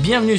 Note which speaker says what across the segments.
Speaker 1: Bienvenue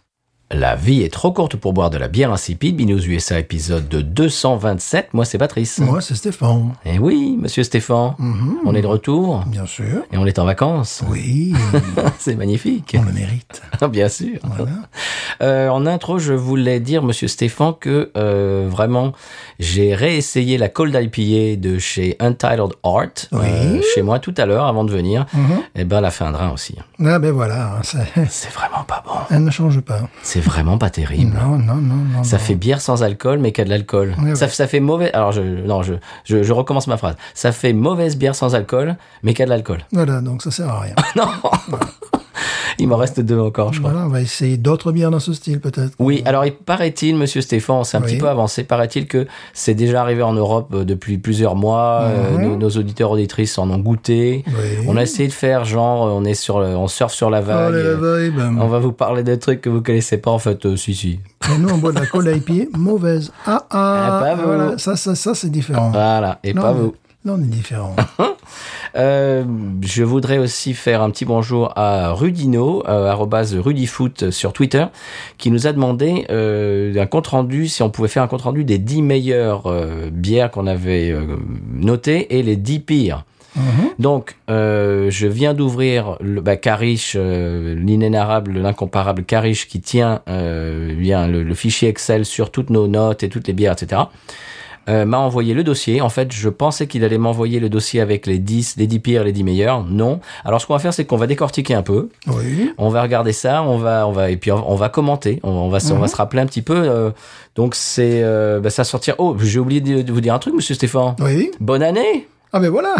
Speaker 1: La vie est trop courte pour boire de la bière insipide. Binous USA épisode de 227. Moi, c'est Patrice.
Speaker 2: Moi, c'est Stéphane.
Speaker 1: Eh oui, monsieur Stéphane, on est de retour
Speaker 2: Bien sûr.
Speaker 1: et on est en vacances.
Speaker 2: Oui,
Speaker 1: c'est magnifique.
Speaker 2: on le mérite.
Speaker 1: Bien sûr. Euh, en intro, je voulais dire, Monsieur Stéphane, que euh, vraiment, j'ai réessayé la cold IPA de chez Untitled Art euh, chez moi tout à l'heure avant de venir. Et ben la fin de rein aussi.
Speaker 2: Ah ben voilà, hein, ça-
Speaker 1: C'est vraiment pas bon.
Speaker 2: elle ne change pas.
Speaker 1: C'est vraiment pas terrible.
Speaker 2: Non, non, non, non.
Speaker 1: Ça
Speaker 2: non.
Speaker 1: fait bière sans alcool, mais qu'à de l'alcool.
Speaker 2: Ouais,
Speaker 1: ça,
Speaker 2: ouais.
Speaker 1: ça fait mauvais. Alors, je, non, je, je, je recommence ma phrase. Ça fait mauvaise bière sans alcool, mais qu'à de l'alcool.
Speaker 2: Voilà, donc ça sert à rien.
Speaker 1: non Il m'en reste deux encore, Ah, je crois.
Speaker 2: voilà, on va essayer d'autres bières dans ce style peut-être.
Speaker 1: Oui, alors il paraît-il, Monsieur Stéphane, on s'est un
Speaker 2: Oui.
Speaker 1: petit peu avancé, paraît-il que c'est déjà arrivé en Europe euh, depuis plusieurs mois, euh, nos, nos auditeurs auditrices en ont goûté.
Speaker 2: Mhm. Oui.
Speaker 1: On a essayé de faire genre, euh, on est sur, le- on surfe sur la
Speaker 2: Oh,
Speaker 1: vague.
Speaker 2: les
Speaker 1: euh,
Speaker 2: vibes.
Speaker 1: On va vous parler de trucs que vous connaissez pas en fait, euh, si si.
Speaker 2: Et nous, on boit de la cola IPA mauvaise. Ah,
Speaker 1: Ah,
Speaker 2: ah,
Speaker 1: pas vous.
Speaker 2: voilà, ça, ça, ça c'est différent.
Speaker 1: Voilà, et
Speaker 2: Non,
Speaker 1: pas
Speaker 2: mais-
Speaker 1: vous. Ah.
Speaker 2: Là, on est différent.
Speaker 1: Euh, je voudrais aussi faire un petit bonjour à Rudino, euh, arrobase rudifoot sur Twitter, qui nous a demandé euh, un compte rendu, si on pouvait faire un compte rendu des 10 meilleures euh, bières qu'on avait euh, notées et les 10 pires. Donc, euh, je viens d'ouvrir le bah, Karish, euh, l'inénarrable, l'incomparable Karish qui tient euh, bien le, le fichier Excel sur toutes nos notes et toutes les bières, etc. Euh, m'a envoyé le dossier. En fait, je pensais qu'il allait m'envoyer le dossier avec les 10, les 10 pires, les 10 meilleurs. Non. Alors, ce qu'on va faire, c'est qu'on va décortiquer un peu.
Speaker 2: Oui.
Speaker 1: On va regarder ça, on va, on va, et puis on on va commenter. On, on va, se- on
Speaker 2: Mhm.
Speaker 1: va se rappeler un petit peu. euh, donc, c'est, euh, bah, ça sortira. Oh, j'ai oublié de, de vous dire un truc, monsieur Stéphane.
Speaker 2: Oui.
Speaker 1: Bonne année!
Speaker 2: Ah ben voilà.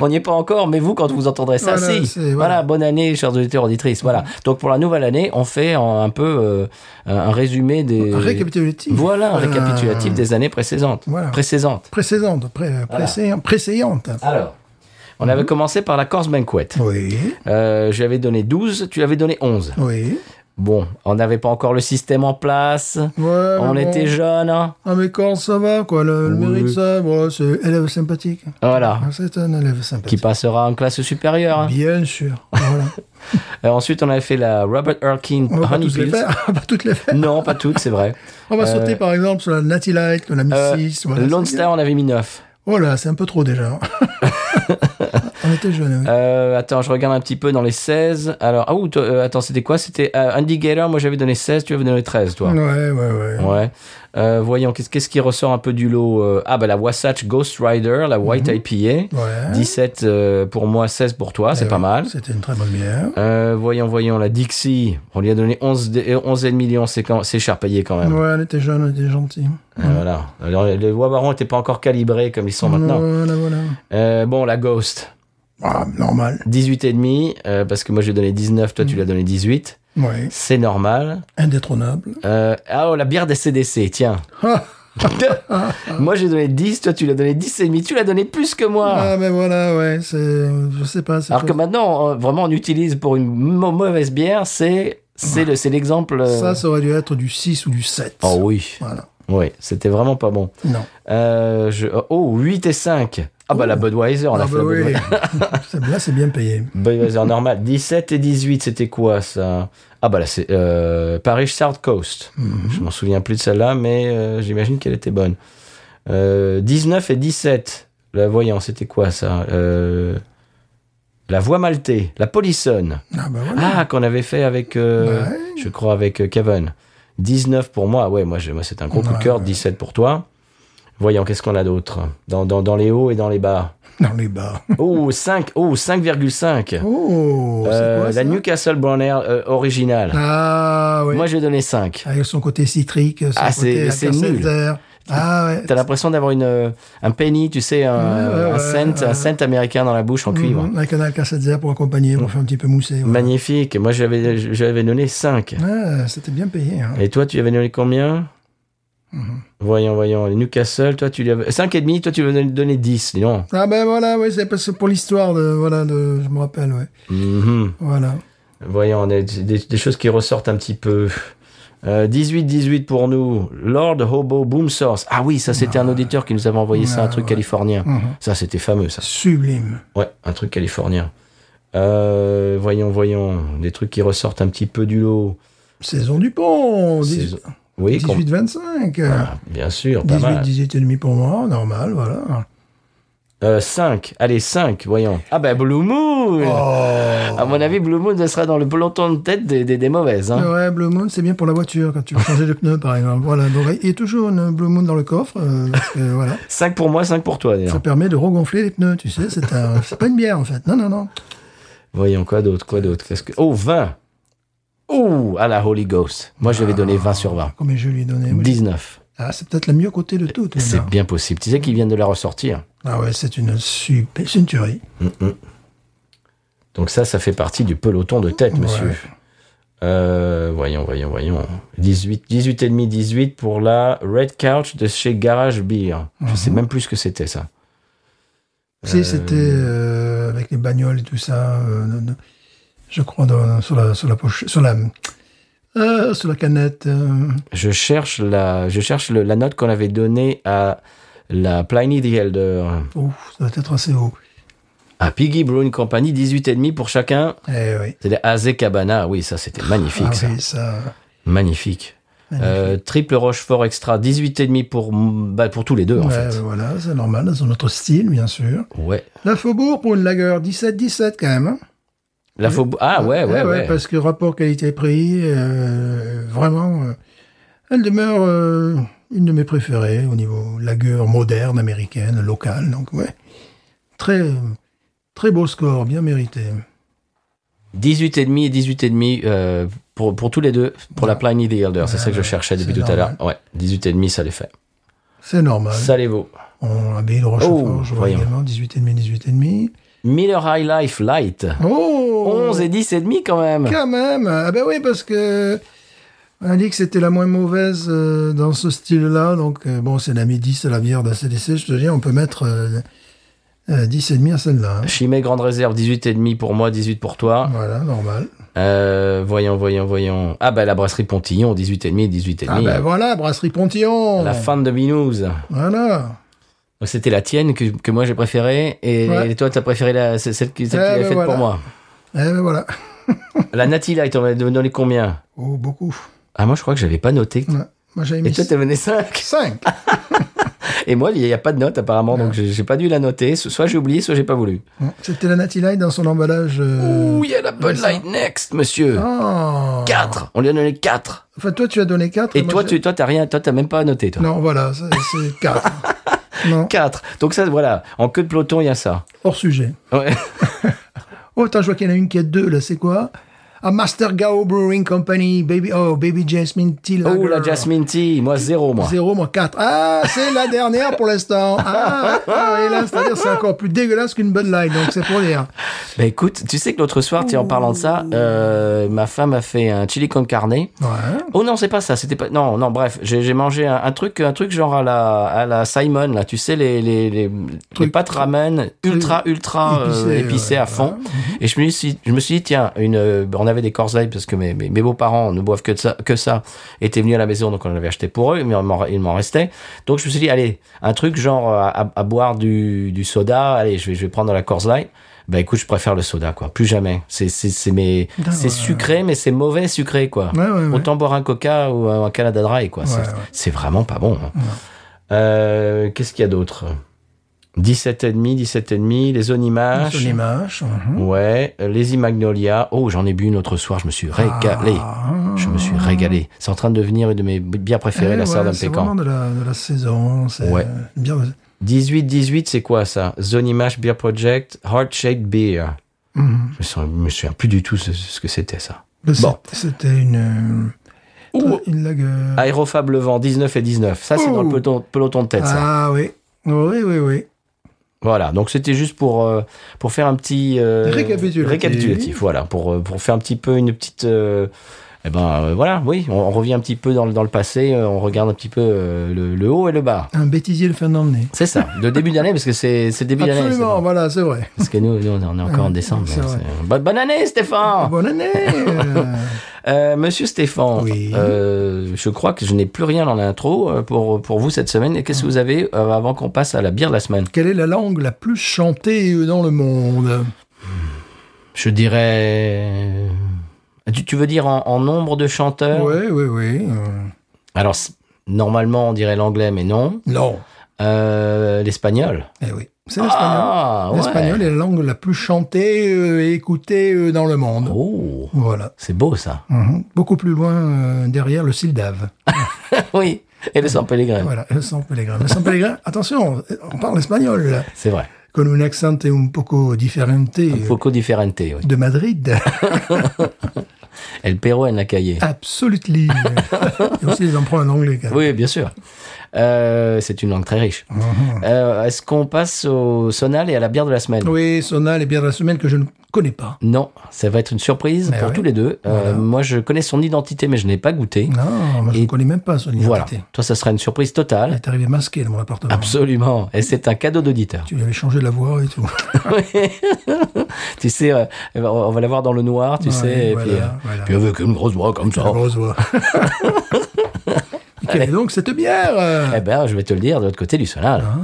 Speaker 1: On n'y est pas encore, mais vous, quand vous entendrez ça,
Speaker 2: Voilà,
Speaker 1: si.
Speaker 2: c'est- voilà. Mhm.
Speaker 1: Voilà. bonne année, chers auditeurs, auditrices. Voilà. Donc, pour la nouvelle année, on fait en- un peu euh, un- un résumé des.
Speaker 2: Récapitulatif.
Speaker 1: Voilà, un
Speaker 2: Euh,
Speaker 1: récapitulatif des années précédentes.
Speaker 2: Voilà.
Speaker 1: Précédentes.
Speaker 2: Précédente, pré, précé- précédente.
Speaker 1: Alors, on
Speaker 2: Mhm.
Speaker 1: avait commencé par la Corse Banquet.
Speaker 2: Oui,
Speaker 1: Euh, je lui avais donné 12, tu lui avais donné 11.
Speaker 2: oui.
Speaker 1: Bon, on n'avait pas encore le système en place.
Speaker 2: Ouais,
Speaker 1: on
Speaker 2: mais Euh, bon.
Speaker 1: était jeunes. hein.
Speaker 2: Ah mais quand ça va quoi, le, le
Speaker 1: Oui.
Speaker 2: mérite ça, bon, c'est élève sympathique.
Speaker 1: Voilà.
Speaker 2: Ah, C'est un élève
Speaker 1: Qui
Speaker 2: sympathique.
Speaker 1: passera en classe supérieure. hein.
Speaker 2: Bien sûr. Voilà.
Speaker 1: Euh, ensuite, on avait fait la Robert Erkin
Speaker 2: On va pas
Speaker 1: Honey
Speaker 2: toutes les
Speaker 1: Pills.
Speaker 2: faire. On va pas toutes les faire.
Speaker 1: Non, pas toutes, c'est vrai.
Speaker 2: On va
Speaker 1: Euh,
Speaker 2: sauter par exemple sur la Natty Light, la Miss
Speaker 1: Euh,
Speaker 2: Six, voilà,
Speaker 1: Lone
Speaker 2: c'est-
Speaker 1: Star, on avait mis 9.
Speaker 2: Oh là, c'est un peu trop déjà. on était jeunes. oui.
Speaker 1: Euh, attends, je regarde un petit peu dans les 16. Alors, ah, ouh, toi, euh, attends, c'était quoi C'était euh, Andy Gaylor, moi j'avais donné 16, tu avais donné 13, toi.
Speaker 2: Ouais, ouais, ouais.
Speaker 1: Ouais. Euh, voyons, qu'est-ce qu'est-ce qui ressort un peu du lot euh, Ah, bah la Wasatch Ghost Rider, la White IPA.
Speaker 2: Mhm. Ouais.
Speaker 1: 17 euh, pour moi, 16 pour toi, c'est
Speaker 2: Eh
Speaker 1: pas
Speaker 2: oui,
Speaker 1: mal.
Speaker 2: C'était une très bonne bière.
Speaker 1: Euh, voyons, voyons, la Dixie, on lui a donné 11, dé- euh, 11 et demi millions, c'est quand- c'est cher payé quand même.
Speaker 2: Ouais, on était jeunes, on était gentils.
Speaker 1: Euh, Voilà. Alors, les Wabarons n'étaient pas encore calibrés comme ils sont maintenant.
Speaker 2: Voilà, voilà.
Speaker 1: Euh, bon, la Ghost,
Speaker 2: Ah, normal.
Speaker 1: 18 et demi, euh, parce que moi j'ai donné 19, toi tu l'as donné 18.
Speaker 2: Ouais.
Speaker 1: C'est normal.
Speaker 2: Indétrônable.
Speaker 1: Euh, ah, oh, la bière des CDC, tiens.
Speaker 2: Ah,
Speaker 1: moi j'ai donné 10, toi tu l'as donné 10 et demi, tu l'as donné plus que moi.
Speaker 2: ah, mais voilà, ouais, c'est. Je sais pas. c'est
Speaker 1: Alors que
Speaker 2: pas-
Speaker 1: maintenant, on- vraiment, on utilise pour une mau- mauvaise bière, c'est c'est le- c'est l'exemple. euh,
Speaker 2: Ça, ça aurait dû être du 6 ou du 7.
Speaker 1: Oh oui,
Speaker 2: Voilà.
Speaker 1: oui, c'était vraiment pas bon.
Speaker 2: Non.
Speaker 1: Euh, je... Oh, 8 et 5. Ah bah la Budweiser, on a
Speaker 2: Ah
Speaker 1: fait
Speaker 2: bah
Speaker 1: la
Speaker 2: oui.
Speaker 1: Budweiser.
Speaker 2: C'est- Là, c'est bien payé.
Speaker 1: Budweiser normal. 17 et 18, c'était quoi ça Ah bah là, c'est euh, Paris South Coast.
Speaker 2: Mhm.
Speaker 1: Je m'en souviens plus de celle-là, mais euh, j'imagine qu'elle était bonne. Euh, 19 et 17, la voyant, c'était quoi ça Euh, La Voix Maltée, la Polissonne.
Speaker 2: Ah bah voilà.
Speaker 1: Ah, qu'on avait fait avec, euh,
Speaker 2: Ouais.
Speaker 1: je crois, avec euh, Kevin. 19 pour moi, ouais, moi, je- moi c'est un gros coup de
Speaker 2: Ouais,
Speaker 1: cœur,
Speaker 2: ouais.
Speaker 1: 17 pour toi. Voyons, qu'est-ce qu'on a d'autre dans, dans, dans les hauts et dans les bas.
Speaker 2: Dans les bars.
Speaker 1: Oh, 5, oh, 5,5.
Speaker 2: Oh, c'est
Speaker 1: Euh,
Speaker 2: quoi,
Speaker 1: la
Speaker 2: ça
Speaker 1: Newcastle Brown Ale euh, originale.
Speaker 2: Ah oui.
Speaker 1: Moi, j'ai donné 5.
Speaker 2: Avec son côté citrique, son
Speaker 1: Ah, c'est-
Speaker 2: côté
Speaker 1: c'est
Speaker 2: Alka-Seltzer.
Speaker 1: nul.
Speaker 2: Ah ouais.
Speaker 1: T'as l'impression d'avoir une euh, un penny, tu sais, un,
Speaker 2: Ouais, ouais,
Speaker 1: un cent,
Speaker 2: ouais.
Speaker 1: un cent américain dans la bouche en cuivre. Mm.
Speaker 2: Mhm, Avec un Alcacelsia pour accompagner, pour faire un petit peu mousser. ouais.
Speaker 1: Magnifique. Moi, j'avais j'avais donné 5.
Speaker 2: Ouais, Mm-hmm. c'était bien payé. hein.
Speaker 1: Et toi, tu lui avais donné combien Voyons, voyons. Newcastle, toi, tu lui avais 5 et demi. Toi, tu lui avais donné 10, dis donc.
Speaker 2: Ah ben voilà, oui, c'est parce que pour l'histoire, de, voilà, de, je me rappelle, ouais.
Speaker 1: Mhm.
Speaker 2: Voilà.
Speaker 1: Voyons, on a des, des- des choses qui ressortent un petit peu. 18-18 pour nous. Lord Hobo Boom Source. Ah oui, ça c'était un auditeur qui nous avait envoyé ça, un
Speaker 2: Ouais,
Speaker 1: truc
Speaker 2: Ah ouais.
Speaker 1: californien.
Speaker 2: Mhm.
Speaker 1: Ça c'était fameux, ça.
Speaker 2: Sublime.
Speaker 1: Ouais, un truc californien. Euh, voyons, voyons. Des trucs qui ressortent un petit peu du lot.
Speaker 2: Saison du pont, dix-
Speaker 1: Saison- Oui, qu'on-
Speaker 2: 18-25. euh,
Speaker 1: Ah, bien sûr, pas mal.
Speaker 2: 18, 18,5 pour moi, normal, voilà.
Speaker 1: 5, Euh, allez, 5, voyons. Ah bah Blue Moon
Speaker 2: Oh.
Speaker 1: À mon avis, Blue Moon elle sera dans le peloton de tête des, des, des mauvaises. hein.
Speaker 2: Ouais, Blue Moon, c'est bien pour la voiture quand tu veux changer de pneu, par exemple. Voilà, donc il y a toujours une Blue Moon dans le coffre. euh, parce que, voilà,
Speaker 1: 5 pour moi, 5 pour toi d'ailleurs.
Speaker 2: ça permet de regonfler les pneus, tu sais. C'est un- c'est pas une bière en fait. Non, non, non.
Speaker 1: Voyons, quoi d'autre, quoi d'autre Qu'est-ce que... Oh, 20 Oh, à la Holy Ghost Moi, je vais donner 20 sur 20.
Speaker 2: Combien je lui ai donné moi, je-
Speaker 1: 19.
Speaker 2: Ah, c'est peut-être la mieux côté de toutes.
Speaker 1: C'est
Speaker 2: maintenant.
Speaker 1: bien possible. Tu sais qu'ils viennent de la ressortir.
Speaker 2: Ah ouais, c'est une super, c'est une tuerie.
Speaker 1: Donc ça, ça fait partie du peloton de tête, monsieur. Euh, voyons, voyons, voyons. 18, 18 et demi, 18 pour la Red Couch de chez Garage Beer. Je
Speaker 2: Mhm.
Speaker 1: sais même plus ce que c'était, ça.
Speaker 2: Tu sais, c'était euh, avec les bagnoles et tout ça. euh, de- de- je crois dans- sur la sur la poche, sur la euh, sur la canette. euh,
Speaker 1: Je cherche la, je cherche le- la note qu'on avait donnée à la Pliny the Elder.
Speaker 2: ouf, ça doit être assez haut.
Speaker 1: À Piggy Brewing Company, 18 et demi pour chacun.
Speaker 2: Eh oui.
Speaker 1: C'était Aze Cabana. Oui, ça, c'était magnifique,
Speaker 2: Ah
Speaker 1: ça. Euh,
Speaker 2: oui, ça.
Speaker 1: Magnifique.
Speaker 2: magnifique.
Speaker 1: Euh, triple Rochefort Extra, 18 et demi pour, bah, pour tous les deux, en
Speaker 2: Ouais,
Speaker 1: fait.
Speaker 2: ben voilà, c'est normal, dans notre style, bien sûr.
Speaker 1: Ouais.
Speaker 2: La Faubourg pour une lagueur, 17-17 quand même. hein.
Speaker 1: La faubourg- Ah, ouais, ouais,
Speaker 2: Eh
Speaker 1: ouais.
Speaker 2: Parce que rapport qualité-prix, euh, vraiment, euh, elle demeure euh, une de mes préférées au niveau lagueur moderne, américaine, locale. Donc, ouais. Très, très beau score, bien mérité.
Speaker 1: 18 et demi et 18 et demi euh, pour, pour tous les deux, pour la Pliny the Elder. C'est ça que je cherchais depuis
Speaker 2: c'est
Speaker 1: tout à l'heure. Ouais, 18 et demi, ça les fait.
Speaker 2: C'est normal.
Speaker 1: Ça les vaut.
Speaker 2: On a de Rochefort,
Speaker 1: Oh,
Speaker 2: je vois
Speaker 1: voyons.
Speaker 2: également, 18,5, 18,5.
Speaker 1: Miller High Life Light.
Speaker 2: Oh
Speaker 1: 11 et 10 et demi quand même.
Speaker 2: Quand même Ah ben oui, parce que... On a dit que c'était la moins mauvaise euh, dans ce style-là. Donc, euh, bon, c'est la midi, c'est la bière de CDC. Je te dis, on peut mettre euh, euh, 10,5 à celle-là. hein.
Speaker 1: Chimay Grande Réserve, 18 et demi pour moi, 18 pour toi.
Speaker 2: Voilà, normal.
Speaker 1: Euh, voyons, voyons, voyons. Ah bah la brasserie Pontillon, 18 et demi, 18 et
Speaker 2: Ah
Speaker 1: demi.
Speaker 2: ben voilà, brasserie Pontillon
Speaker 1: La fan de Binous.
Speaker 2: Voilà
Speaker 1: Donc, C'était la tienne que, que moi j'ai préférée et,
Speaker 2: Ouais.
Speaker 1: et toi t'as préféré la, c'est celle qui, celle
Speaker 2: Eh
Speaker 1: qui l'avait
Speaker 2: ben
Speaker 1: faite
Speaker 2: voilà.
Speaker 1: pour moi.
Speaker 2: Eh ben voilà
Speaker 1: La Natty Light, on va donner combien
Speaker 2: Oh, beaucoup
Speaker 1: Ah moi je crois que j'avais pas noté.
Speaker 2: Ouais. Moi, j'avais
Speaker 1: Et
Speaker 2: mis
Speaker 1: toi t'as donné 5
Speaker 2: 5
Speaker 1: Et moi, il n'y a pas de note apparemment, donc j'ai j'ai pas dû la noter. Soit j'ai oublié, soit j'ai pas voulu.
Speaker 2: C'était la Natty Light dans son emballage... euh,
Speaker 1: Ouh, il y a la Bud
Speaker 2: ça.
Speaker 1: Light Next, monsieur.
Speaker 2: ah.
Speaker 1: 4 On lui a donné 4
Speaker 2: Enfin, toi, tu as donné 4.
Speaker 1: Et toi, tu toi, t'as rien, toi, t'as même pas noté, toi.
Speaker 2: Non, voilà, c'est- c'est 4. non,
Speaker 1: 4 Donc ça, voilà, en queue de peloton, il y a ça.
Speaker 2: hors sujet.
Speaker 1: Ouais.
Speaker 2: Oh, attends, je vois qu'il y en a une qui est deux, là, c'est quoi Ah, Master Gao Brewing Company, Baby, oh, Baby Jasmine Tea Lager.
Speaker 1: Oh, la Jasmine Tea, moi, zéro, moi.
Speaker 2: Zéro, moins 4. Ah, c'est la dernière pour l'instant. Ah, ah, et là, c'est-à-dire, c'est encore plus dégueulasse qu'une Bud Light, donc c'est pour dire.
Speaker 1: Bah écoute, tu sais que l'autre soir, tiens, en parlant de ça, euh, ma femme a fait un chili con carne.
Speaker 2: Ouais.
Speaker 1: Oh non, c'est pas ça, c'était pas. Non, non, bref, j'ai j'ai mangé un, un truc, un truc genre à la, à la Simon, là, tu sais, les, les, les, les
Speaker 2: Truc-
Speaker 1: pâtes ramen ultra, ultra
Speaker 2: épicé,
Speaker 1: euh, épicées
Speaker 2: ouais,
Speaker 1: à fond. Et je me suis, je me suis dit, tiens, une, euh, on avait des corsailles parce que mes, mes, mes beaux-parents ne boivent que de ça, que ça, étaient venus à la maison, donc on en avait acheté pour eux, mais on m'en- il m'en restait. Donc je me suis dit, allez, un truc genre à, à- à boire du, du soda, allez, je vais, je vais prendre de la corsaille. Bah écoute, je préfère le soda, quoi. Plus jamais. C'est, c'est, c'est mes,
Speaker 2: Putain,
Speaker 1: c'est
Speaker 2: ouais.
Speaker 1: sucré, mais c'est mauvais sucré, quoi.
Speaker 2: Ouais, ouais, ouais.
Speaker 1: Autant boire un coca ou un Canada Dry, quoi. c'est
Speaker 2: Ouais, ouais.
Speaker 1: c'est vraiment pas bon. hein. Euh, Qu'est-ce qu'il y a d'autre 17,5, 17,5, les Onimash.
Speaker 2: Son image. mhm.
Speaker 1: Ouais, euh, les Magnolia. Oh, j'en ai bu une autre soir, je me suis régalé.
Speaker 2: Ah.
Speaker 1: Je me suis régalé. C'est en train de devenir une de mes bières préférées,
Speaker 2: Eh
Speaker 1: la
Speaker 2: ouais,
Speaker 1: sœur d'un
Speaker 2: C'est
Speaker 1: pécan.
Speaker 2: vraiment de la, de la saison. C'est
Speaker 1: Ouais.
Speaker 2: euh, bien.
Speaker 1: 18, 18, c'est quoi ça Zonimash Beer Project, Heart Shake Beer.
Speaker 2: Mhm.
Speaker 1: Je me, sens- je me souviens plus du tout ce, ce que c'était ça.
Speaker 2: Ben, c'est-
Speaker 1: Bon.
Speaker 2: C'était une. euh,
Speaker 1: Ouh.
Speaker 2: une euh, lagueur.
Speaker 1: Aérofab Levant, 19 et 19. Ça, c'est dans le
Speaker 2: Ouh.
Speaker 1: peloton, peloton de tête, ça.
Speaker 2: Ah oui. Oui, oui, oui.
Speaker 1: Voilà, donc c'était juste pour, euh, pour faire un petit euh,
Speaker 2: Récapitulatif.
Speaker 1: récapitulatif, voilà, pour, euh, pour faire un petit peu une petite... euh, eh ben euh, voilà, oui, on, on revient un petit peu dans, le- dans le passé, euh, on regarde un petit peu euh, le, le haut et le bas.
Speaker 2: Un bêtisier le fin d'emmener.
Speaker 1: C'est ça, le début d'année, parce que c'est c'est début d'année. c'est
Speaker 2: Absolument,
Speaker 1: bon.
Speaker 2: voilà, c'est vrai.
Speaker 1: Parce que nous, nous, on est encore en décembre.
Speaker 2: c'est
Speaker 1: hein,
Speaker 2: vrai.
Speaker 1: c'est- Bonne, bonne année, Stéphane
Speaker 2: Bonne année euh,
Speaker 1: Euh, Monsieur Stéphane,
Speaker 2: Oui.
Speaker 1: euh, je crois que je n'ai plus rien dans l'intro euh, pour, pour vous cette semaine. Et qu'est-ce que vous avez euh, avant qu'on passe à la bière de la semaine
Speaker 2: Quelle est la langue la plus chantée dans le monde
Speaker 1: Je dirais. euh, Tu, tu veux dire en, en nombre de chanteurs
Speaker 2: Oui, oui, oui. euh,
Speaker 1: Alors, c- normalement, on dirait l'anglais, mais non.
Speaker 2: Non.
Speaker 1: Euh, L'espagnol.
Speaker 2: Eh oui. C'est l'espagnol.
Speaker 1: Ah, ouais.
Speaker 2: l'espagnol est la langue la plus chantée euh, et écoutée euh, dans le monde.
Speaker 1: Oh,
Speaker 2: Voilà.
Speaker 1: c'est beau ça.
Speaker 2: Mhm. Beaucoup plus loin euh, derrière le Sildave.
Speaker 1: oui, et le San Pellegrino.
Speaker 2: Voilà, le San Pellegrino. Le San Pellegrino, attention, on parle espagnol. là.
Speaker 1: C'est vrai.
Speaker 2: Con un accent un poco diferente euh,
Speaker 1: Foco diferente. oui.
Speaker 2: de Madrid.
Speaker 1: El Perro en la calle.
Speaker 2: Ah. Absolutely. Et aussi les emprunts en anglais. quand même.
Speaker 1: Oui, bien sûr. Euh, c'est une langue très riche.
Speaker 2: Mhm.
Speaker 1: Euh, Est-ce qu'on passe au sonal et à la bière de la semaine
Speaker 2: Oui, Sona, les bières de la semaine que je ne connais pas.
Speaker 1: Non, ça va être une surprise
Speaker 2: Mais
Speaker 1: pour
Speaker 2: ouais.
Speaker 1: tous les deux. Euh, Moi, je connais son identité, mais je n'ai pas goûté.
Speaker 2: Non, moi, je
Speaker 1: Et-
Speaker 2: ne connais même pas son
Speaker 1: Voilà.
Speaker 2: identité.
Speaker 1: Toi, ça sera une surprise
Speaker 2: Elle
Speaker 1: totale.
Speaker 2: est arrivée masquée dans mon appartement.
Speaker 1: Absolument. Et c'est un cadeau d'auditeur.
Speaker 2: Tu lui avais changé la voix et tout.
Speaker 1: Oh. tu sais, euh, on va la voir dans le noir, tu
Speaker 2: Ouais,
Speaker 1: sais. Et
Speaker 2: voilà,
Speaker 1: puis, euh,
Speaker 2: voilà.
Speaker 1: puis avec une grosse voix comme ça.
Speaker 2: La grosse voix. Et Quelle est donc cette bière euh
Speaker 1: Eh ben, je vais te le dire de l'autre côté du sonal.
Speaker 2: Ah.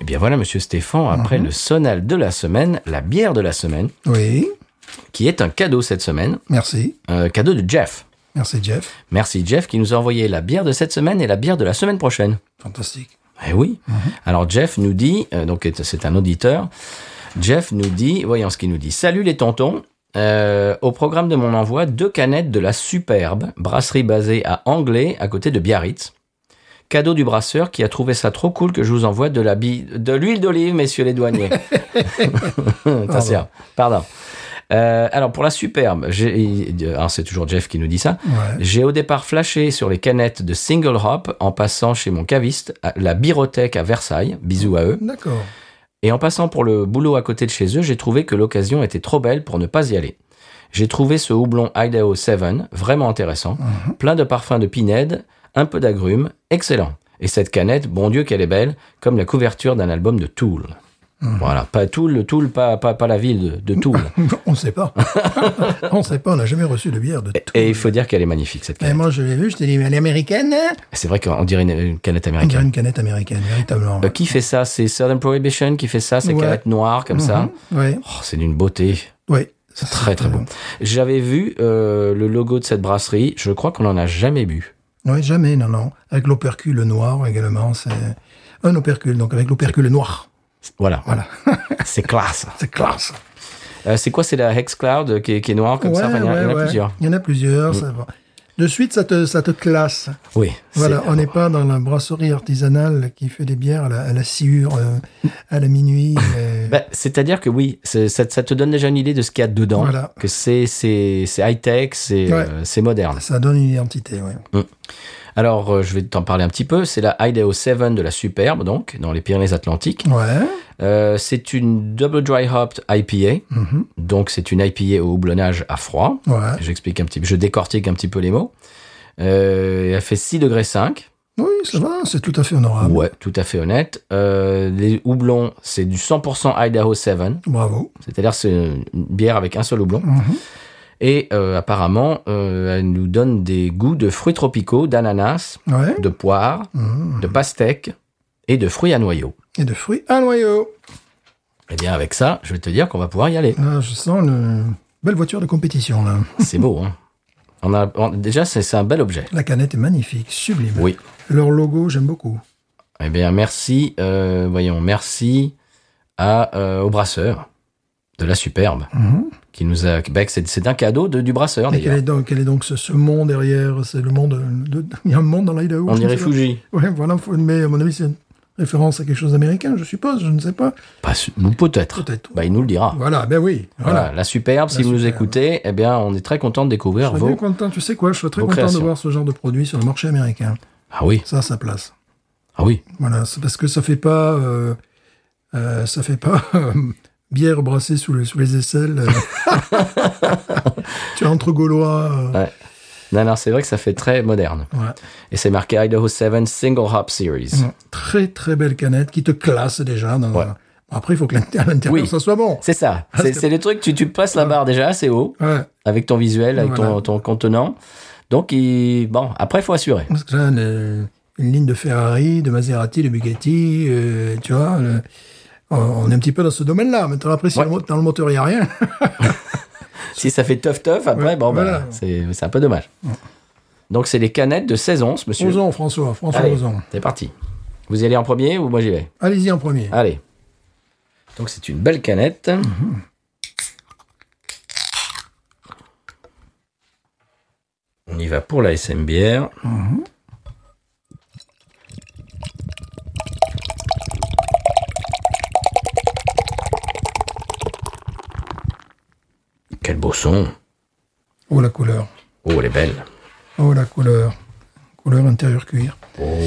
Speaker 1: Eh bien voilà, monsieur Stéphane, après
Speaker 2: Mhm.
Speaker 1: le sonal de la semaine, la bière de la semaine,
Speaker 2: Oui,
Speaker 1: qui est un cadeau cette semaine,
Speaker 2: merci.
Speaker 1: un cadeau de Jeff.
Speaker 2: Merci Jeff.
Speaker 1: Merci Jeff qui nous a envoyé la bière de cette semaine et la bière de la semaine prochaine.
Speaker 2: Fantastique.
Speaker 1: Eh oui. Alors Jeff nous dit, euh, donc est- c'est un auditeur, Jeff nous dit, voyons ce qu'il nous dit. Salut les tontons. Euh, au programme de mon envoi, deux canettes de la superbe brasserie basée à Anglais, à côté de Biarritz. Cadeau du brasseur qui a trouvé ça trop cool que je vous envoie de la bi- de l'huile d'olive, messieurs les douaniers. Attention, pardon. Euh, alors pour la superbe, j'ai- il- alors, c'est toujours Jeff qui nous dit ça.
Speaker 2: Ouais.
Speaker 1: J'ai au départ flashé sur les canettes de Single Hop en passant chez mon caviste, à la Birothèque à Versailles, bisous à eux.
Speaker 2: D'accord.
Speaker 1: Et en passant pour le boulot à côté de chez eux, j'ai trouvé que l'occasion était trop belle pour ne pas y aller. J'ai trouvé ce houblon Idaho 7 vraiment intéressant,
Speaker 2: Mhm.
Speaker 1: plein de parfums de pinède, un peu d'agrumes, excellent. Et cette canette, bon Dieu qu'elle est belle, comme la couverture d'un album de Tool.
Speaker 2: Mhm.
Speaker 1: Voilà, pas Tool, Tool, pas, pas, pas la ville de, de Toul.
Speaker 2: On ne sait pas. on ne sait pas, on n'a jamais reçu de bière de tout.
Speaker 1: Et il faut dire qu'elle est magnifique cette
Speaker 2: Et
Speaker 1: canette.
Speaker 2: moi, je l'ai vue, je t'ai dit, mais elle est américaine hein
Speaker 1: C'est vrai qu'on dirait une, une canette
Speaker 2: On dirait
Speaker 1: américaine.
Speaker 2: une canette américaine, véritablement.
Speaker 1: Euh, qui fait ça C'est Southern Prohibition qui fait ça, ces
Speaker 2: Ouais. Mm-hmm.
Speaker 1: canettes noires comme ça.
Speaker 2: Oui,
Speaker 1: Oh, c'est d'une beauté.
Speaker 2: oui.
Speaker 1: Très très bon. J'avais vu euh, le logo de cette brasserie, je crois qu'on en a jamais bu.
Speaker 2: Oui, jamais, non, non. Avec l'opercule noir également, c'est un opercule, donc avec l'opercule noir.
Speaker 1: Voilà,
Speaker 2: Voilà,
Speaker 1: c'est classe.
Speaker 2: c'est classe.
Speaker 1: Euh, c'est quoi C'est la Hex Cloud euh, qui est, qui est noire comme ça
Speaker 2: Ouais,
Speaker 1: Enfin, Il y, en a- il y en a
Speaker 2: ouais, ouais.
Speaker 1: plusieurs.
Speaker 2: Il y en a plusieurs. ça va. De suite, ça te, ça te classe.
Speaker 1: Oui.
Speaker 2: Voilà,
Speaker 1: c'est-
Speaker 2: on n'est pas dans la brasserie artisanale qui fait des bières à la, à la sciure, euh, à la minuit. euh,
Speaker 1: Bah, C'est-à-dire que oui, c'est- ça, ça te donne déjà une idée de ce qu'il y a dedans.
Speaker 2: Voilà.
Speaker 1: Que c'est c'est c'est high tech, c'est
Speaker 2: Ouais.
Speaker 1: euh, c'est moderne.
Speaker 2: ça donne une identité, ouais.
Speaker 1: Alors euh, je vais t'en parler un petit peu. C'est la Idaho 7 de la Superbe, donc dans les Pyrénées-Atlantiques.
Speaker 2: Ouais,
Speaker 1: Euh, c'est une double dry hopped IPA. Donc, c'est une IPA au houblonnage à froid.
Speaker 2: mhm, ouais.
Speaker 1: J'explique un petit peu, je décortique un petit peu les mots. Euh, elle fait 6 degrés 5.
Speaker 2: Oui, ça va, c'est tout à fait honorable.
Speaker 1: Ouais, tout à fait honnête. Euh, les houblons, c'est du 100% Idaho 7.
Speaker 2: Bravo.
Speaker 1: C'est-à-dire, c'est une bière avec un seul houblon.
Speaker 2: Mhm.
Speaker 1: Et euh, apparemment, euh, elle nous donne des goûts de fruits tropicaux, d'ananas,
Speaker 2: Ouais.
Speaker 1: de poire,
Speaker 2: Mhm.
Speaker 1: de pastèque et de fruits à noyaux.
Speaker 2: Et de fruits à noyau.
Speaker 1: Eh bien, avec ça, je vais te dire qu'on va pouvoir y aller.
Speaker 2: Ah, je sens une belle voiture de compétition, là.
Speaker 1: C'est beau, hein. On a, on- déjà, c'est c'est un bel objet.
Speaker 2: La canette est magnifique, sublime.
Speaker 1: Oui.
Speaker 2: Leur logo, j'aime beaucoup.
Speaker 1: Eh bien, merci, euh, voyons, merci à, euh, au brasseur de la Superbe,
Speaker 2: Mhm.
Speaker 1: qui nous a. bah, c'est c'est un cadeau de, du brasseur,
Speaker 2: Et quel
Speaker 1: d'ailleurs.
Speaker 2: est donc, quel est donc ce, ce mont derrière C'est le monde. de- il y a un monde dans l'Idaho.
Speaker 1: On
Speaker 2: je
Speaker 1: y
Speaker 2: ne sais
Speaker 1: réfugie.
Speaker 2: pas. Ouais, voilà. faut- Mais à mon avis, c'est une référence à quelque chose d'américain, je suppose. Je ne sais pas.
Speaker 1: Pas su- Ou peut-être.
Speaker 2: Peut-être.
Speaker 1: Bah, il nous le dira.
Speaker 2: Voilà. Ben oui.
Speaker 1: Voilà,
Speaker 2: Voilà.
Speaker 1: la Superbe, si
Speaker 2: La
Speaker 1: vous nous
Speaker 2: Superbe.
Speaker 1: écoutez, eh bien, on est très content de
Speaker 2: Je
Speaker 1: découvrir
Speaker 2: serais
Speaker 1: vos.
Speaker 2: bien content. Tu sais quoi Je serais très
Speaker 1: vos
Speaker 2: content
Speaker 1: créations.
Speaker 2: de voir ce genre de produit sur le marché américain.
Speaker 1: Ah oui,
Speaker 2: Ça, ça place.
Speaker 1: ah oui.
Speaker 2: Voilà. C'est parce que ça fait pas. euh, euh, ça fait pas. euh, bière brassée sous, le- sous les aisselles. euh. tu es entre Gaulois. euh,
Speaker 1: Ouais. Non, non, c'est vrai que ça fait très moderne.
Speaker 2: ouais.
Speaker 1: Et c'est marqué Idaho 7 Single Hop Series.
Speaker 2: Mm. Très très belle canette qui te classe déjà. Dans
Speaker 1: Ouais.
Speaker 2: Bon, après, il faut que l'int- à l'intérieur
Speaker 1: Oui.
Speaker 2: ça soit bon.
Speaker 1: C'est ça.
Speaker 2: Parce
Speaker 1: C'est
Speaker 2: que-
Speaker 1: c'est le truc, tu, tu passes la barre déjà assez haut
Speaker 2: Ouais.
Speaker 1: avec ton visuel, avec ton,
Speaker 2: Ah. Voilà.
Speaker 1: ton contenant. Donc, il... bon, après, il faut assurer.
Speaker 2: Parce que là, le- une ligne de Ferrari, de Maserati, de Bugatti, euh, tu vois, le- on- on est un petit peu dans ce domaine-là. Maintenant, après, si
Speaker 1: Ouais.
Speaker 2: le mo- dans le moteur, il n'y a rien.
Speaker 1: Si ça fait tough, tough, après,
Speaker 2: Ouais,
Speaker 1: bon, bah,
Speaker 2: voilà.
Speaker 1: c'est c'est un peu dommage. Donc, c'est les canettes de 16 onces, monsieur.
Speaker 2: Osons, François. François,
Speaker 1: Allez,
Speaker 2: osons.
Speaker 1: c'est parti. Vous y allez en premier ou moi j'y vais
Speaker 2: Allez-y en premier.
Speaker 1: Allez. Donc, c'est une belle canette.
Speaker 2: Mm-hmm.
Speaker 1: On y va pour la SMBR.
Speaker 2: Mm-hmm.
Speaker 1: Quel beau son.
Speaker 2: Oh, la couleur.
Speaker 1: Oh, elle est belle.
Speaker 2: Oh, la couleur. Couleur intérieur cuir.
Speaker 1: Oh.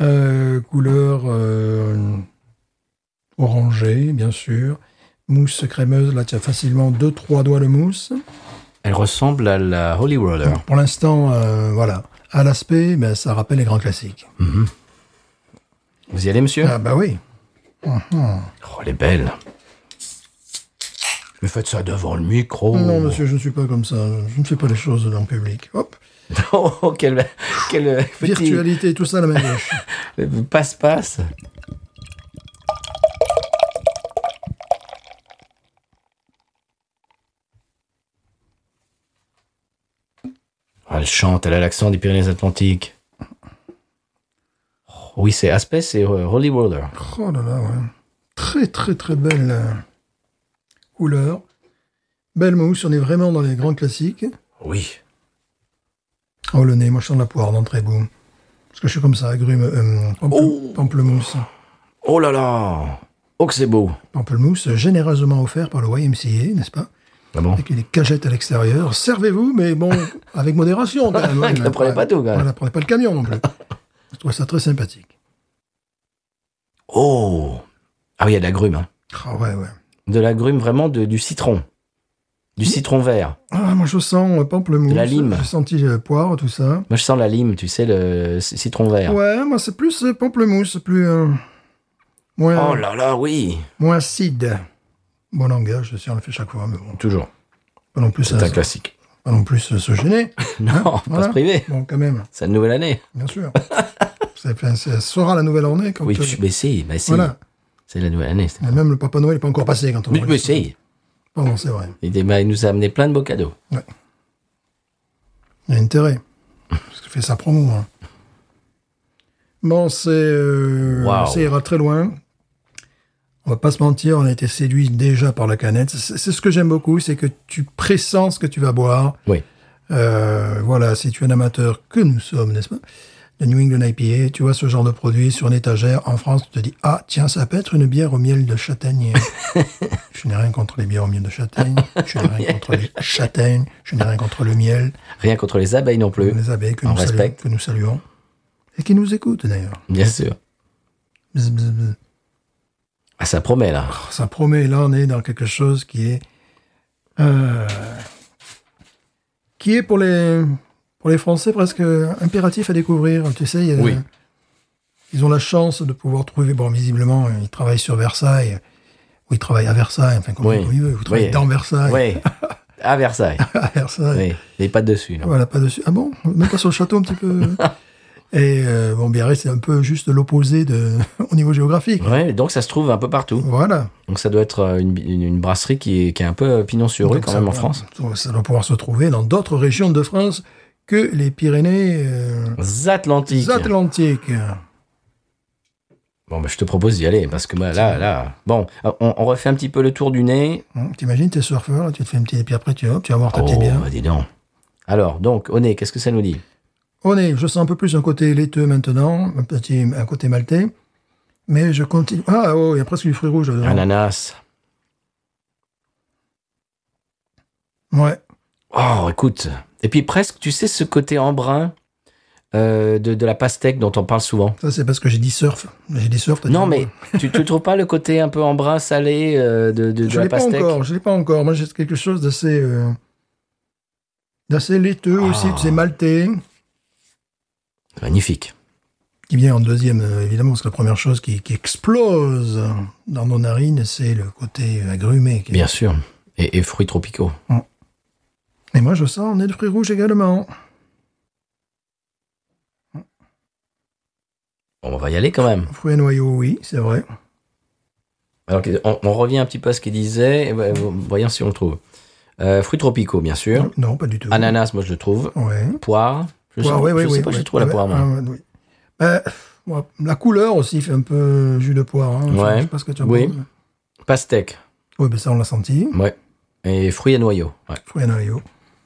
Speaker 2: Euh, couleur euh, orangée, bien sûr. Mousse crémeuse. Là, tu as facilement deux, trois doigts de mousse.
Speaker 1: Elle ressemble à la Holy Roller.
Speaker 2: Pour l'instant, euh, voilà. À l'aspect, ben, ça rappelle les grands classiques.
Speaker 1: Vous y allez, monsieur
Speaker 2: Ah bah oui.
Speaker 1: Oh, elle est belle. Mais faites ça devant le micro.
Speaker 2: Non, monsieur, je ne suis pas comme ça. Je ne fais pas les choses dans le public. Hop.
Speaker 1: Oh, quel, quel euh, petit
Speaker 2: Virtualité, tout ça à la main gauche.
Speaker 1: passe-passe. Ah, elle chante, elle a l'accent des Pyrénées-Atlantiques. Oh, oui, c'est aspect, c'est euh, Holy Roller.
Speaker 2: oh là là, ouais. Très, très, très belle euh, couleur. Belle mousse, on est vraiment dans les grands classiques.
Speaker 1: Oui.
Speaker 2: Oh, le nez, moi je sens la poire d'entrée, boum. Parce que je suis comme ça, agrume, euh, pample-
Speaker 1: Oh
Speaker 2: pamplemousse.
Speaker 1: Oh là là Oh que c'est beau
Speaker 2: Pamplemousse, généreusement offert par le YMCA, n'est-ce pas
Speaker 1: Ah bon
Speaker 2: Avec les cagettes à l'extérieur. Servez-vous, mais bon, avec modération quand même.
Speaker 1: Ne prenez pas tout, quand même.
Speaker 2: Voilà, prenez pas le camion non plus. Je trouve ça très sympathique.
Speaker 1: Oh Ah oui, il y a de la grume. hein.
Speaker 2: Ah ouais, ouais.
Speaker 1: De la grume vraiment de, du citron. Du citron vert.
Speaker 2: Ah, moi je sens euh, pamplemousse.
Speaker 1: De la lime.
Speaker 2: J'ai senti le poire, tout ça.
Speaker 1: Moi, je sens la lime, tu sais, le c- citron vert.
Speaker 2: Ouais, moi c'est plus euh, pamplemousse, plus. euh, moins,
Speaker 1: Oh là là, oui
Speaker 2: moins acide. Bon langage, je sais, on le fait chaque fois, mais bon.
Speaker 1: Toujours.
Speaker 2: Pas non plus,
Speaker 1: C'est
Speaker 2: à-
Speaker 1: un classique.
Speaker 2: pas non plus euh, se gêner.
Speaker 1: Non,
Speaker 2: Hein,
Speaker 1: faut
Speaker 2: voilà.
Speaker 1: pas se priver.
Speaker 2: Bon, quand même,
Speaker 1: C'est la nouvelle année.
Speaker 2: bien sûr. C'est plein- c'est- ça sera la nouvelle année quand
Speaker 1: Oui,
Speaker 2: euh,
Speaker 1: tu- mais si, bah si.
Speaker 2: Voilà.
Speaker 1: C'est la nouvelle année. c'est-
Speaker 2: Et même le Papa Noël n'est pas encore passé quand on
Speaker 1: Mais, mais
Speaker 2: enregistre.
Speaker 1: si
Speaker 2: Pardon, c'est vrai.
Speaker 1: il, bah, il nous a amené plein de beaux cadeaux.
Speaker 2: Il y a intérêt. Parce qu'il fait sa promo. hein. Bon, c'est. euh,
Speaker 1: Wow.
Speaker 2: Ça ira très loin. On va pas se mentir, on a été séduit déjà par la canette. C'est c'est ce que j'aime beaucoup, c'est que tu pressens ce que tu vas boire.
Speaker 1: Oui.
Speaker 2: Euh, voilà, si tu es un amateur que nous sommes, n'est-ce pas Le New England IPA, tu vois ce genre de produit sur une étagère. En France, tu te dis Ah, tiens, ça peut être une bière au miel de châtaigne. je n'ai rien contre les bières au miel de châtaigne. Je n'ai rien contre les châtaignes. Je n'ai rien contre le miel.
Speaker 1: Rien contre les abeilles non plus,
Speaker 2: Les abeilles que
Speaker 1: On
Speaker 2: nous, saluons,
Speaker 1: respecte.
Speaker 2: que nous saluons. Et qui nous écoutent d'ailleurs.
Speaker 1: bien sûr.
Speaker 2: Bzz, bzz, bzz.
Speaker 1: Ah, ça promet, là.
Speaker 2: Ça promet, là on est dans quelque chose qui est... euh, qui est pour les, pour les Français presque impératif à découvrir. Tu sais, il y a-
Speaker 1: Oui.
Speaker 2: ils ont la chance de pouvoir trouver, bon visiblement, ils travaillent sur Versailles, ou ils travaillent à Versailles, enfin comme,
Speaker 1: Oui.
Speaker 2: comme ils veulent, vous travaillez
Speaker 1: Oui.
Speaker 2: dans Versailles,
Speaker 1: Oui. À Versailles.
Speaker 2: à Versailles.
Speaker 1: Oui. Les pattes dessus, là.
Speaker 2: Voilà, pas dessus. Ah bon Même pas sur le château un petit peu Et euh, bon, Biarritz, c'est un peu juste l'opposé de au niveau géographique.
Speaker 1: Ouais, donc ça se trouve un peu partout.
Speaker 2: Voilà.
Speaker 1: Donc ça doit être euh, une, une- une brasserie qui est, qui est un peu pignon sur rue
Speaker 2: Donc
Speaker 1: quand
Speaker 2: ça
Speaker 1: même en
Speaker 2: doit-
Speaker 1: France.
Speaker 2: Ça doit pouvoir se trouver dans d'autres régions de France que les Pyrénées euh,
Speaker 1: Atlantique.
Speaker 2: atlantiques.
Speaker 1: Bon, bah, je te propose d'y aller parce que bah, là, là. Bon, euh, on, on refait un petit peu le tour du nez.
Speaker 2: Hum, T'imagines, t'es surfeur, là, tu te fais une petite, et puis après, tu, hop, tu vas voir ta petite
Speaker 1: oh,
Speaker 2: bière.
Speaker 1: bah, dis donc. Alors, donc, au nez, qu'est-ce que ça nous dit
Speaker 2: On est, je sens un peu plus un côté laiteux maintenant, un petit, un côté maltais. Mais je continue. Ah, oh, il y a presque du fruit rouge
Speaker 1: Ah
Speaker 2: dedans.
Speaker 1: Ananas.
Speaker 2: Ouais.
Speaker 1: Oh, écoute. Et puis presque, tu sais, ce côté embrun euh, de, de la pastèque dont on parle souvent.
Speaker 2: Ça, c'est parce que j'ai dit surf. J'ai dit surf. t'as
Speaker 1: Non,
Speaker 2: dit-
Speaker 1: mais tu ne trouves pas le côté un peu embrun salé euh, de, de, de
Speaker 2: Je
Speaker 1: la
Speaker 2: l'ai pas
Speaker 1: pastèque
Speaker 2: encore. Je l'ai pas encore. Moi, j'ai quelque chose d'assez. euh, d'assez laiteux
Speaker 1: Ah.
Speaker 2: aussi. C'est maltais.
Speaker 1: Magnifique.
Speaker 2: Qui vient en deuxième, euh, évidemment, parce que la première chose qui, qui explose dans nos narines, c'est le côté euh, agrumé. qui-
Speaker 1: Bien sûr. Et, et fruits tropicaux.
Speaker 2: Et moi, je sens, on est de fruits rouges également.
Speaker 1: Bon, on va y aller quand même.
Speaker 2: Fruits à noyaux, oui, c'est vrai.
Speaker 1: Alors, on, on revient un petit peu à ce qu'il disait. et ben, voyons si on le trouve. Euh, fruits tropicaux, bien sûr.
Speaker 2: Non, pas du tout.
Speaker 1: Ananas, moi, je le trouve.
Speaker 2: Ouais.
Speaker 1: Poire. Je
Speaker 2: Poire,
Speaker 1: sais,
Speaker 2: ouais, ouais,
Speaker 1: je sais
Speaker 2: ouais,
Speaker 1: pas si
Speaker 2: ouais.
Speaker 1: je trouve la
Speaker 2: Ouais,
Speaker 1: poire, moi.
Speaker 2: ah, ouais, oui. Bah, moi, la couleur aussi fait un peu jus de poire. hein. Enfin,
Speaker 1: Ouais.
Speaker 2: Je sais pas ce que tu en
Speaker 1: Oui.
Speaker 2: penses.
Speaker 1: Pastèque.
Speaker 2: Oui, ben ça, on l'a senti.
Speaker 1: Ouais. Et fruits à noyaux. Ouais.
Speaker 2: Fruits à noyaux.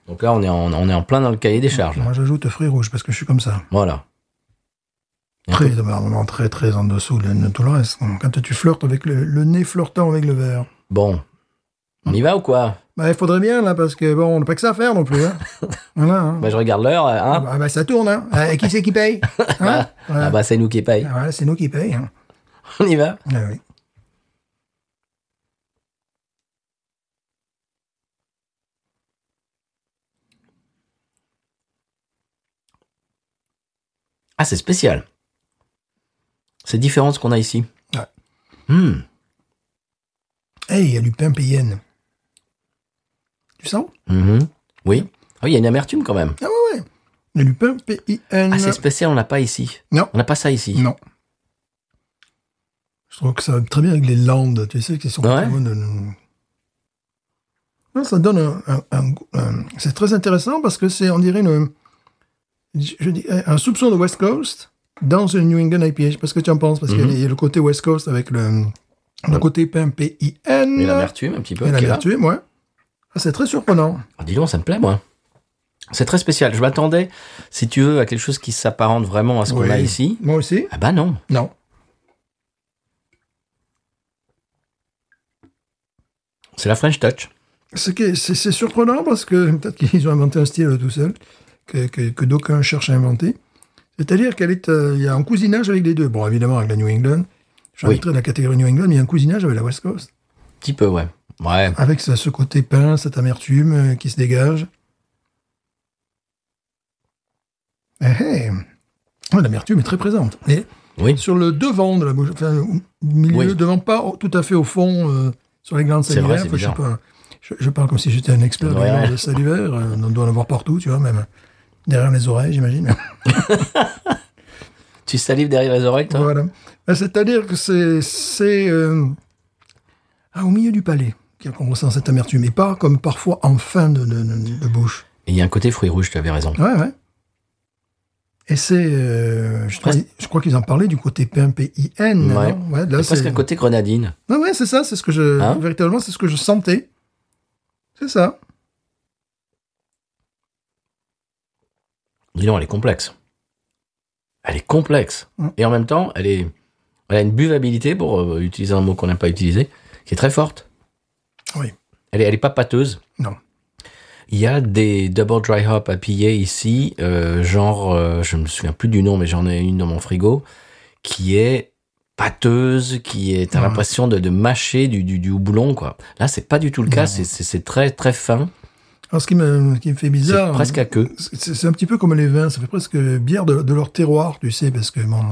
Speaker 1: Donc là, on est, en, on est en plein dans le cahier des charges. là.
Speaker 2: Moi, j'ajoute fruits rouges parce que je suis comme ça.
Speaker 1: Voilà. Et
Speaker 2: Très, vraiment très, très en dessous de, de tout le reste. Donc, Quand tu flirtes avec le, le nez flirtant avec le verre.
Speaker 1: Bon. On y va ou quoi
Speaker 2: Bah, il faudrait bien, là, parce que bon, on n'a pas que ça à faire non plus. hein. voilà. hein.
Speaker 1: bah, Je regarde l'heure.
Speaker 2: Ah
Speaker 1: Hein
Speaker 2: bah, ça tourne, hein. Ah, Et qui c'est qui paye Hein Voilà.
Speaker 1: Ah bah, c'est nous qui paye.
Speaker 2: Ah, voilà, c'est nous qui paye. hein.
Speaker 1: On y va
Speaker 2: Ah oui.
Speaker 1: Ah, c'est spécial. C'est différent de ce qu'on a ici.
Speaker 2: Ouais.
Speaker 1: Hmm.
Speaker 2: Hey, il y a du pain payenne. Tu sens
Speaker 1: Mhm. Oui. Ah Oui, il y a une amertume quand même.
Speaker 2: Ah ouais, ouais. Il y a du pain P-I-N.
Speaker 1: Ah, c'est spécial, on l'a pas ici.
Speaker 2: Non.
Speaker 1: On n'a pas ça ici.
Speaker 2: Non. Je trouve que ça va très bien avec les landes, tu sais, qui sont
Speaker 1: Ouais.
Speaker 2: pas loin de nous. Non, ça donne un, un- un goût- un- C'est très intéressant parce que c'est, on dirait, une, je je dis, un soupçon de West Coast dans une New England IPA. Je sais pas ce que tu en penses, parce
Speaker 1: Mhm.
Speaker 2: qu'il y a le côté West Coast avec le, le côté pain P-I-N.
Speaker 1: Et l'amertume, un petit peu.
Speaker 2: Et
Speaker 1: qui est là.
Speaker 2: l'amertume, ouais. Ah, c'est très surprenant.
Speaker 1: Ah, dis donc, ça me plaît, moi. C'est très spécial. Je m'attendais, si tu veux, à quelque chose qui s'apparente vraiment à ce qu'on
Speaker 2: Oui.
Speaker 1: a ici.
Speaker 2: Moi aussi.
Speaker 1: Ah bah non.
Speaker 2: Non.
Speaker 1: C'est la French Touch.
Speaker 2: Ce qui est- C'est c'est surprenant parce que peut-être qu'ils ont inventé un style tout seul que, que- que d'aucuns cherchent à inventer. C'est-à-dire qu'elle est, euh, il y a un cousinage avec les deux. Bon, évidemment avec la New England. Je
Speaker 1: Oui.
Speaker 2: rajouterai la catégorie New England, mais il y a un cousinage avec la West Coast,
Speaker 1: Un petit peu, ouais. Ouais.
Speaker 2: avec ce, ce côté pain, cette amertume euh, qui se dégage. Eh, eh. Ouais, L'amertume est très présente. Et
Speaker 1: Oui.
Speaker 2: sur le devant de la bouche, enfin, au milieu,
Speaker 1: Oui.
Speaker 2: devant, pas au- tout à fait au fond, euh, sur les glandes
Speaker 1: C'est
Speaker 2: salivaires.
Speaker 1: vrai, c'est
Speaker 2: Enfin, je, sais
Speaker 1: bizarre.
Speaker 2: pas, je, je parle comme si j'étais un expert des
Speaker 1: Ouais.
Speaker 2: glandes salivaires. euh, on doit en avoir partout, tu vois, même derrière les oreilles, j'imagine.
Speaker 1: Tu salives derrière les oreilles, toi
Speaker 2: voilà. Ben, C'est-à-dire que c'est c'est, euh, ah, au milieu du palais qu'on qu'on ressent cette amertume, et pas comme parfois en fin de, de- de- de bouche.
Speaker 1: Et il y a un côté fruit rouge, tu avais raison.
Speaker 2: Ouais, ouais. Et c'est, euh, je, crois-
Speaker 1: Presque-
Speaker 2: je crois qu'ils en parlaient du côté PIN, P-I-N.
Speaker 1: Ouais.
Speaker 2: non Ouais, là,
Speaker 1: C'est presque
Speaker 2: c'est-
Speaker 1: un côté grenadine.
Speaker 2: Ouais, ouais, c'est ça, c'est ce que je.
Speaker 1: Hein
Speaker 2: véritablement, c'est ce que je sentais. C'est ça.
Speaker 1: Dis donc, elle est complexe. Elle est complexe.
Speaker 2: Mm.
Speaker 1: Et en même temps, elle, est, elle a une buvabilité, pour euh, utiliser un mot qu'on n'aime pas utiliser, qui est très forte.
Speaker 2: Oui.
Speaker 1: Elle est, elle est pas pâteuse.
Speaker 2: Non.
Speaker 1: Il y a des double dry hop à piller ici, euh, genre, euh, je me souviens plus du nom, mais j'en ai une dans mon frigo, qui est pâteuse, qui est, t'as
Speaker 2: Ouais.
Speaker 1: l'impression de, de mâcher du, du, du houblon, quoi. Là, c'est pas du tout le cas,
Speaker 2: Non.
Speaker 1: c'est- c'est c'est très, très fin.
Speaker 2: Alors, ce qui me, ce qui me fait
Speaker 1: C'est
Speaker 2: bizarre. hein.
Speaker 1: presque à queue.
Speaker 2: C'est c'est un petit peu comme les vins, ça fait presque bière de, de leur terroir, tu sais, parce que bon,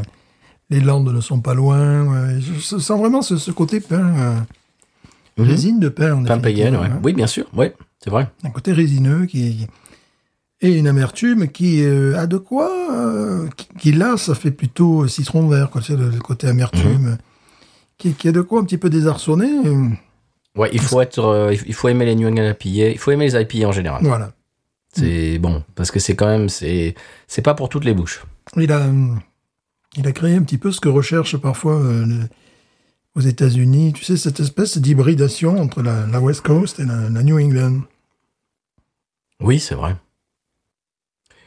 Speaker 2: les Landes ne sont pas loin. ouais. Je, je sens vraiment ce, ce côté pain, euh,
Speaker 1: Mhm.
Speaker 2: résine de pain. en
Speaker 1: Pain
Speaker 2: définitive,
Speaker 1: Payenne, ouais.
Speaker 2: hein.
Speaker 1: Oui, bien sûr, ouais, c'est vrai.
Speaker 2: Un côté résineux qui. Et une amertume qui euh, a de quoi. euh, qui, qui là, ça fait plutôt euh, citron vert, quoi, tu sais, le, le côté amertume.
Speaker 1: Mhm.
Speaker 2: Qui, qui a de quoi un petit peu désarçonner. euh,
Speaker 1: Ouais, il faut être, euh, il faut aimer les New England IPA, il faut aimer les IPA en général.
Speaker 2: Voilà.
Speaker 1: C'est bon parce que c'est quand même, c'est, c'est pas pour toutes les bouches.
Speaker 2: Il a, hum, Il a créé un petit peu ce que recherchent parfois euh, le- aux États-Unis, tu sais, cette espèce d'hybridation entre la, la West Coast et la, la New England.
Speaker 1: Oui, c'est vrai.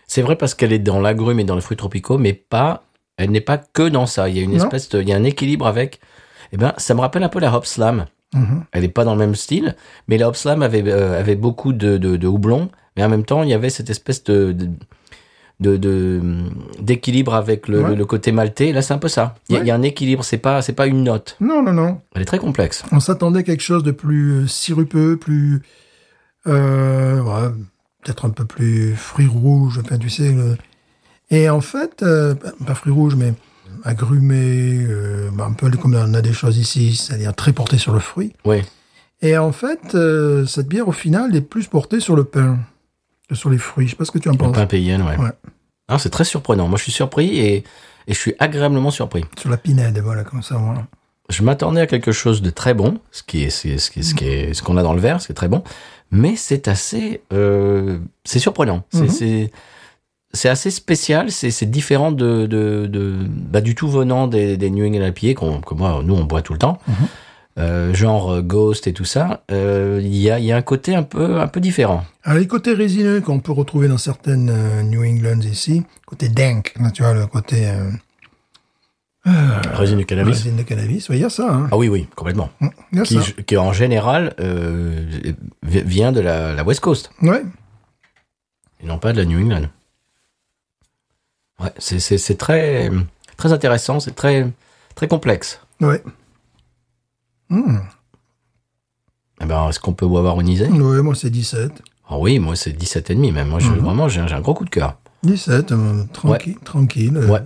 Speaker 1: C'est vrai parce qu'elle est dans l'agrumes et dans les fruits tropicaux, mais pas, elle n'est pas que dans ça. Il y a une
Speaker 2: Non.
Speaker 1: espèce de, il y a un équilibre avec. Eh ben, ça me rappelle un peu la Hop Slam.
Speaker 2: Mhm.
Speaker 1: Elle n'est pas dans le même style, mais la Hop Slam avait, euh, avait beaucoup de, de, de houblon, mais en même temps, il y avait cette espèce de, de, de- de- hum, d'équilibre avec le,
Speaker 2: Ouais.
Speaker 1: le côté maltais. Là, c'est un peu ça. Il y a-
Speaker 2: Ouais.
Speaker 1: il y, a un équilibre, c'est pas, c'est pas une note.
Speaker 2: Non, non, non.
Speaker 1: Elle est très complexe.
Speaker 2: On s'attendait à quelque chose de plus euh, sirupeux, plus. euh, ouais, peut-être un peu plus fruits rouges, enfin, tu sais. le- Et en fait, euh, pas- pas fruits rouges, mais agrumés, euh, bah, un peu comme on a des choses ici, c'est-à-dire très porté sur le fruit.
Speaker 1: Oui.
Speaker 2: Et en fait, euh, cette bière, au final, est plus portée sur le pain que sur les fruits. Je sais pas ce que tu en
Speaker 1: Le
Speaker 2: penses.
Speaker 1: pain paysan, ouais.
Speaker 2: Ouais.
Speaker 1: Ah, c'est très surprenant. Moi, je suis surpris et, et je suis agréablement surpris.
Speaker 2: Sur la pinède, voilà, comme ça, voilà.
Speaker 1: Je m'attendais à quelque chose de très bon, ce qui est c'est- ce qui est- ce qui est ce qu'on a dans le verre, ce qui est très bon, mais c'est assez euh, c'est surprenant. C'est
Speaker 2: Mhm.
Speaker 1: c'est- c'est assez spécial, c'est c'est différent de, de, de bah, du tout venant des, des New England IPA qu'on que moi nous on boit tout le temps.
Speaker 2: Mhm.
Speaker 1: Euh, genre euh, Ghost et tout ça, Euh, il y, a, il y a un côté un peu un peu différent.
Speaker 2: Alors, les côtés résineux qu'on peut retrouver dans certaines euh, New England ici, côté dank, hein, tu vois, le côté euh,
Speaker 1: Résine du cannabis.
Speaker 2: résine de cannabis, ouais, il y a ça, hein.
Speaker 1: Ah oui oui complètement.
Speaker 2: Hum, Il y a
Speaker 1: Qui,
Speaker 2: ça.
Speaker 1: qui, en général euh, vi- vient de la, la West Coast.
Speaker 2: Ouais.
Speaker 1: et non pas de la New England. Ouais, c'est- c'est c'est très, très intéressant, c'est très, très complexe.
Speaker 2: Ouais. Hum,
Speaker 1: Eh ben, est-ce qu'on peut boire une isée
Speaker 2: Ouais, moi c'est 17.
Speaker 1: Ah Oui, moi c'est 17,5 même. Moi, je,
Speaker 2: Mhm.
Speaker 1: vraiment, j'ai un, j'ai un gros coup de cœur.
Speaker 2: 17, euh, tranquille, tranquille. euh,
Speaker 1: Ouais.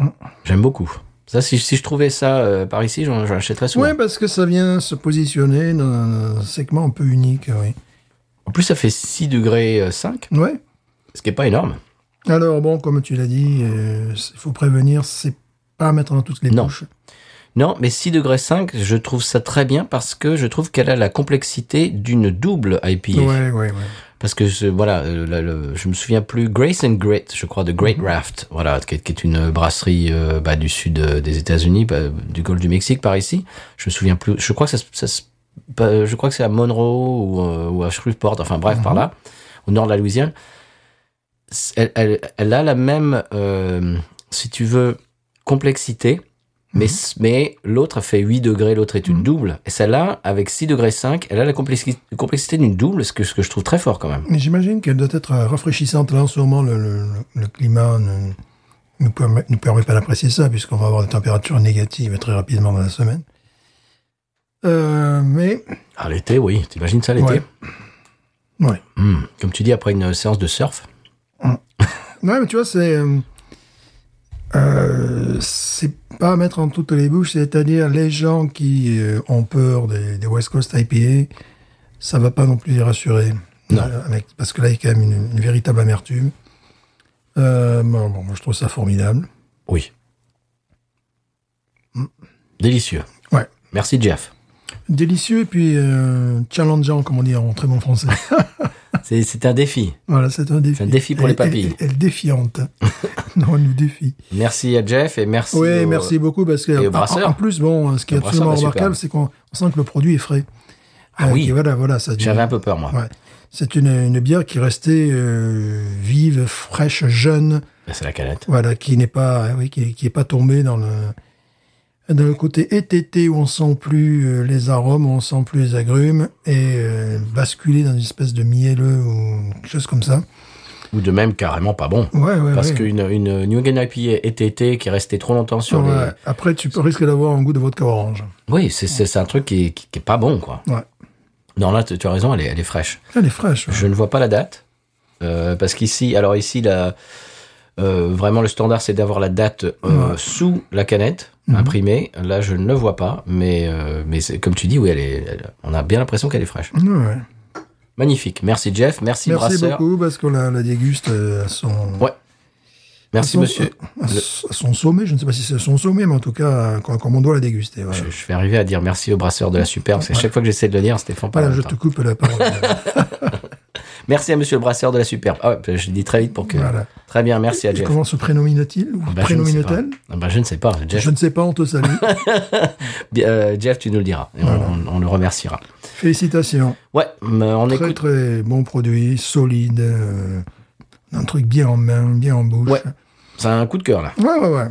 Speaker 2: euh,
Speaker 1: J'aime beaucoup. Ça, si, si je trouvais ça euh, par ici, j'en j'en achèterais souvent.
Speaker 2: ouais, parce que ça vient se positionner dans un segment un peu unique, oui.
Speaker 1: En plus, ça fait 6 degrés 5,
Speaker 2: Ouais.
Speaker 1: ce qui est pas énorme.
Speaker 2: Alors, bon, comme tu l'as dit, euh, il faut prévenir, c'est pas à mettre dans toutes les
Speaker 1: Non.
Speaker 2: bouches.
Speaker 1: Non, mais 6 degrés 5, je trouve ça très bien parce que je trouve qu'elle a la complexité d'une double IPA.
Speaker 2: Ouais, ouais, ouais.
Speaker 1: Parce que je, voilà, euh, le- le- je me souviens plus Grace and Great, je crois, de Great Raft, voilà, qui est, qui est une brasserie euh, bah, du sud euh, des États-Unis, bah, du golfe du Mexique, par ici. Je me souviens plus. Je crois que ça, se- ça se- bah, je crois que c'est à Monroe ou, euh, ou à Shreveport, enfin bref, par là, au nord de la Louisiane. C'est- Elle, elle- elle a la même, euh, si tu veux, complexité. Mais, mais l'autre fait 8 degrés, l'autre est une double. Et celle-là, avec 6 degrés 5, elle a la complexi- complexité d'une double, ce que, ce que je trouve très fort quand même.
Speaker 2: Mais j'imagine qu'elle doit être euh, rafraîchissante. Là, en ce moment, le, le- le climat ne nous permet, nous permet pas d'apprécier ça, puisqu'on va avoir des températures négatives très rapidement dans la semaine. Euh, mais,
Speaker 1: À l'été, oui. T'imagines ça l'été
Speaker 2: Ouais. ouais.
Speaker 1: Hmm. Comme tu dis, après une séance de surf.
Speaker 2: Ouais, mais tu vois, c'est. euh, euh, c'est pas à mettre en toutes les bouches, c'est-à-dire les gens qui euh, ont peur des, des West Coast IPA, ça va pas non plus les rassurer.
Speaker 1: Non.
Speaker 2: Euh, avec- parce que là, il y a quand même une, une véritable amertume. Euh, bon, bon, moi, je trouve ça formidable.
Speaker 1: Oui. Délicieux.
Speaker 2: Hmm. Ouais.
Speaker 1: Merci, Jeff.
Speaker 2: Délicieux et puis euh, challengeant, comme on dit en très bon français.
Speaker 1: C'est c'est un défi.
Speaker 2: voilà, c'est un défi.
Speaker 1: C'est un défi pour les
Speaker 2: Elle- elle-
Speaker 1: papilles.
Speaker 2: Elle, elle défiante. non, elle nous défie.
Speaker 1: Merci à Jeff et merci.
Speaker 2: Oui,
Speaker 1: au-
Speaker 2: merci beaucoup parce que
Speaker 1: euh, et au
Speaker 2: en-
Speaker 1: brasseur.
Speaker 2: en, plus, bon, euh, ce qui est
Speaker 1: Le brasseur
Speaker 2: absolument
Speaker 1: va super.
Speaker 2: remarquable, c'est qu'on on sent que le produit est frais. Euh,
Speaker 1: Ah oui.
Speaker 2: et Voilà, voilà, ça.
Speaker 1: J'avais un peu peur, moi.
Speaker 2: Ouais. C'est une, une bière qui restait euh, vive, fraîche, jeune.
Speaker 1: Bah, C'est la canette.
Speaker 2: Voilà, qui n'est pas, euh, oui, qui, qui est pas tombée dans le dans le côté étété où on sent plus euh, les arômes, où on sent plus les agrumes et euh, basculer dans une espèce de mielleux ou quelque chose comme ça.
Speaker 1: Ou de même, carrément pas bon.
Speaker 2: Ouais, ouais.
Speaker 1: Parce
Speaker 2: ouais.
Speaker 1: qu'une une New England IPA été qui restait trop longtemps sur
Speaker 2: Ouais. Après, tu peux- risques d'avoir un goût de vodka orange.
Speaker 1: les. Oui, c'est- c'est c'est un truc qui, qui, qui est pas bon, quoi.
Speaker 2: Ouais.
Speaker 1: Non, là, tu tu as raison, elle est, elle est fraîche.
Speaker 2: Elle est fraîche. hein. ouais.
Speaker 1: Je ne vois pas la date. euh, parce qu'ici, alors ici, la, euh, vraiment le standard, c'est d'avoir la date euh, sous la canette
Speaker 2: Mhm.
Speaker 1: imprimée. Là, je ne le vois pas. Mais, euh, mais c'est- comme tu dis, oui, elle est, elle- on a bien l'impression qu'elle est fraîche.
Speaker 2: Ouais.
Speaker 1: Magnifique. Merci Jeff. Merci,
Speaker 2: Merci
Speaker 1: Brasseur.
Speaker 2: beaucoup parce qu'on la, la déguste euh, à son.
Speaker 1: Ouais,
Speaker 2: à
Speaker 1: Merci
Speaker 2: son-
Speaker 1: monsieur.
Speaker 2: À, à son sommet, je ne sais pas si c'est à son sommet, mais en tout cas, euh, comme, comme on doit la déguster. Voilà,
Speaker 1: Je, je vais arriver à dire Ah, merci au Brasseur de la Superbe. C'est chaque fois que j'essaie de le dire, Stéphane.
Speaker 2: Voilà,
Speaker 1: parle en
Speaker 2: je
Speaker 1: même
Speaker 2: te
Speaker 1: temps.
Speaker 2: coupe la parole.
Speaker 1: Merci à Monsieur le Brasseur de la Superbe. Ah, ouais, je dis très vite pour que.
Speaker 2: Voilà.
Speaker 1: Très bien, merci à Jeff.
Speaker 2: Comment se prénomine-t-il ou
Speaker 1: Bah, je ne sais pas.
Speaker 2: prénomine-t-elle
Speaker 1: Ah, bah, je ne sais pas.
Speaker 2: je,
Speaker 1: Jeff,
Speaker 2: ne sais pas, on te salue.
Speaker 1: euh, Jeff, tu nous le diras. Et on-
Speaker 2: Voilà.
Speaker 1: on, on le remerciera.
Speaker 2: Félicitations.
Speaker 1: Ouais, mais on
Speaker 2: Très
Speaker 1: écoute.
Speaker 2: très bon produit, solide, euh, un truc bien en main, bien en bouche.
Speaker 1: Ouais. C'est un coup de cœur là.
Speaker 2: ouais, ouais. ouais.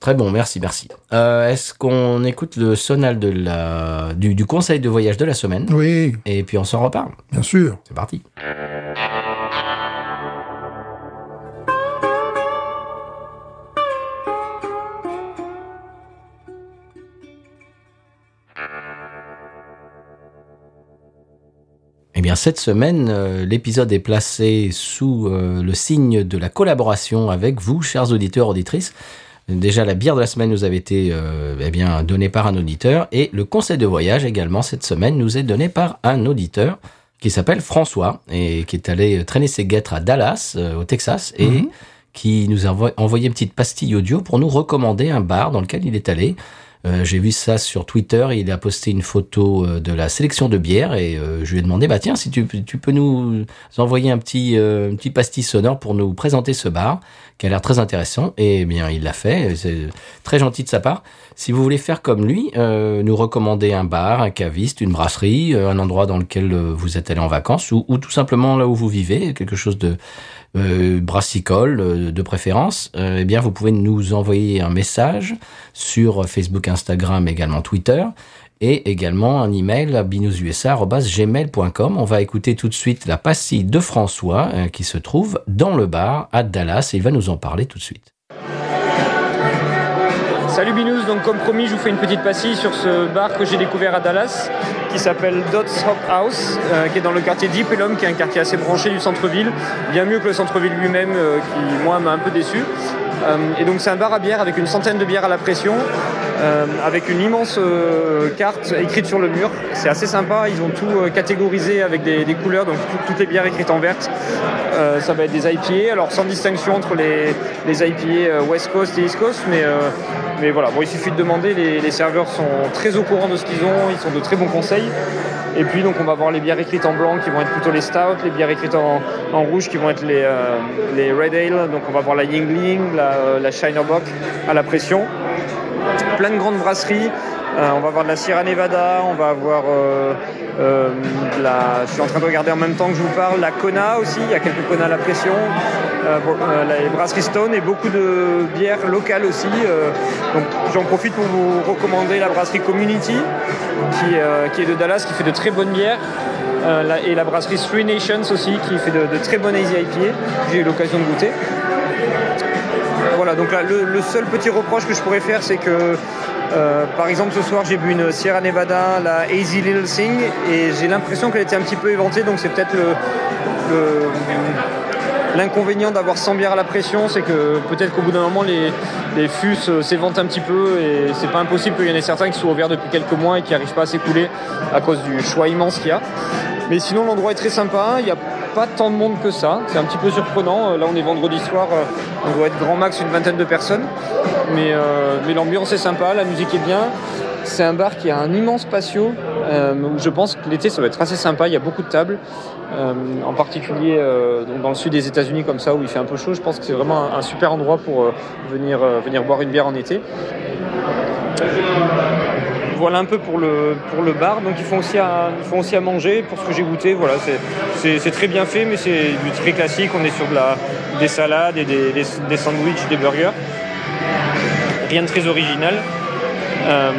Speaker 1: Très bon, merci, merci. Euh, Est-ce qu'on écoute le sonal de la... du, du conseil de voyage de la semaine
Speaker 2: Oui,
Speaker 1: Et puis on s'en reparle.
Speaker 2: bien sûr.
Speaker 1: C'est parti. Eh bien, cette semaine, euh, l'épisode est placé sous euh, le signe de la collaboration avec vous, chers auditeurs, auditrices. Déjà, la bière de la semaine nous avait été euh, eh bien, donnée par un auditeur et le conseil de voyage également cette semaine nous est donné par un auditeur qui s'appelle François et qui est allé traîner ses guêtres à Dallas, euh, au Texas, et
Speaker 2: Mhm.
Speaker 1: qui nous a envo- envoyé une petite pastille audio pour nous recommander un bar dans lequel il est allé. Euh, J'ai vu ça sur Twitter, et il a posté une photo euh, de la sélection de bières et euh, je lui ai demandé, bah tiens, si tu, tu peux nous envoyer un petit, euh, une petite pastille sonore pour nous présenter ce bar qui a l'air très intéressant. Et eh bien, il l'a fait. C'est très gentil de sa part. Si vous voulez faire comme lui, euh, nous recommander un bar, un caviste, une brasserie, euh, un endroit dans lequel euh, vous êtes allé en vacances ou, ou tout simplement là où vous vivez, quelque chose de euh, brassicole euh, de préférence, euh, eh bien, vous pouvez nous envoyer un message sur Facebook, Instagram, également Twitter. Et également un email à binoususa.gmail.com. On va écouter tout de suite la pastille de François euh, qui se trouve dans le bar à Dallas et il va nous en parler tout de suite.
Speaker 3: Salut Binous, donc comme promis, je vous fais une petite pastille sur ce bar que j'ai découvert à Dallas, qui s'appelle Dot's Hop House, euh, qui est dans le quartier d'Ipelum, qui est un quartier assez branché du centre-ville, bien mieux que le centre-ville lui-même, euh, qui moi m'a un peu déçu. Euh, et donc c'est un bar à bière avec une centaine de bières à la pression, euh, avec une immense euh, carte écrite sur le mur. C'est assez sympa, ils ont tout euh, catégorisé avec des, des couleurs, donc tout- toutes les bières écrites en verte. Euh, ça va être des IPA, alors sans distinction entre les, les IPA euh, West Coast et East Coast, mais, euh, mais voilà, bon, il suffit de demander, les, les serveurs sont très au courant de ce qu'ils ont, ils sont de très bons conseils. Et puis donc on va voir les bières écrites en blanc qui vont être plutôt les stouts, les bières écrites en, en rouge qui vont être les, euh, les red ale, donc on va voir la Yingling, la, euh, la Shinerbock à la pression plein de grandes brasseries. Euh, on va avoir de la Sierra Nevada, on va avoir euh, euh, de la. Je suis en train de regarder en même temps que je vous parle la Kona aussi. Il y a quelques Kona à la pression, euh, bon, euh, les brasseries Stone et beaucoup de bières locales aussi. euh. donc j'en profite pour vous recommander la brasserie Community qui, euh, qui est de Dallas, qui fait de très bonnes bières. Euh, la- et la brasserie Three Nations aussi, qui fait de, de très bonnes Easy IPA. J'ai eu l'occasion de goûter. Voilà, donc là, le, le seul petit reproche que je pourrais faire, c'est que, euh, par exemple, ce soir, j'ai bu une Sierra Nevada, la Hazy Little Thing, et j'ai l'impression qu'elle était un petit peu éventée, donc c'est peut-être le- le- L'inconvénient d'avoir 100 bières à la pression, c'est que peut-être qu'au bout d'un moment, les, les fûts se- s'éventent un petit peu et c'est pas impossible qu'il y en ait certains qui sont ouverts depuis quelques mois et qui n'arrivent pas à s'écouler à cause du choix immense qu'il y a. Mais sinon, l'endroit est très sympa. Il n'y a pas tant de monde que ça. C'est un petit peu surprenant. Euh, Là, on est vendredi soir. euh, On doit être grand max une vingtaine de personnes. Mais, euh, mais l'ambiance est sympa, la musique est bien. C'est un bar qui a un immense patio. euh, où je pense que l'été, ça doit être assez sympa. Il y a beaucoup de tables. Euh, en particulier euh, donc dans le sud des États-Unis, comme ça, où il fait un peu chaud. Je pense que c'est vraiment un, un super endroit pour euh, venir, euh, venir boire une bière en été. Voilà un peu pour le, pour le bar. Donc ils font aussi à, ils font aussi à manger. Pour ce que j'ai goûté, voilà, c'est- c'est c'est très bien fait, mais c'est du très classique. On est sur de la, des salades et des, des, des sandwichs, des burgers. Rien de très original. Euh,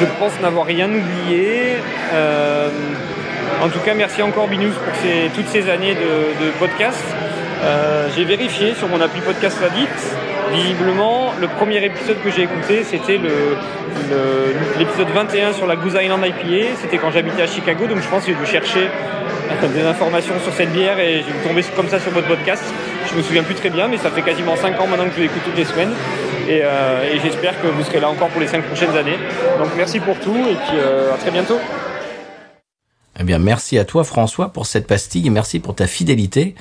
Speaker 3: je pense n'avoir rien oublié. Euh, en tout cas, merci encore Binous pour ces- toutes ces années de, de podcast. Euh, j'ai vérifié sur mon appli Podcast Addict. Visiblement, le premier épisode que j'ai écouté, c'était le, le- l'épisode 21 sur la Goose Island IPA. C'était quand j'habitais à Chicago, donc je pense que j'ai dû chercher des informations sur cette bière et j'ai dû tomber comme ça sur votre podcast. Je me souviens plus très bien, mais ça fait quasiment 5 ans maintenant que je l'écoute toutes les semaines. Et, euh, et j'espère que vous serez là encore pour les 5 prochaines années. Donc merci pour tout et puis euh, à très bientôt.
Speaker 1: Eh bien, merci à toi, François, pour cette pastille et merci pour ta fidélité.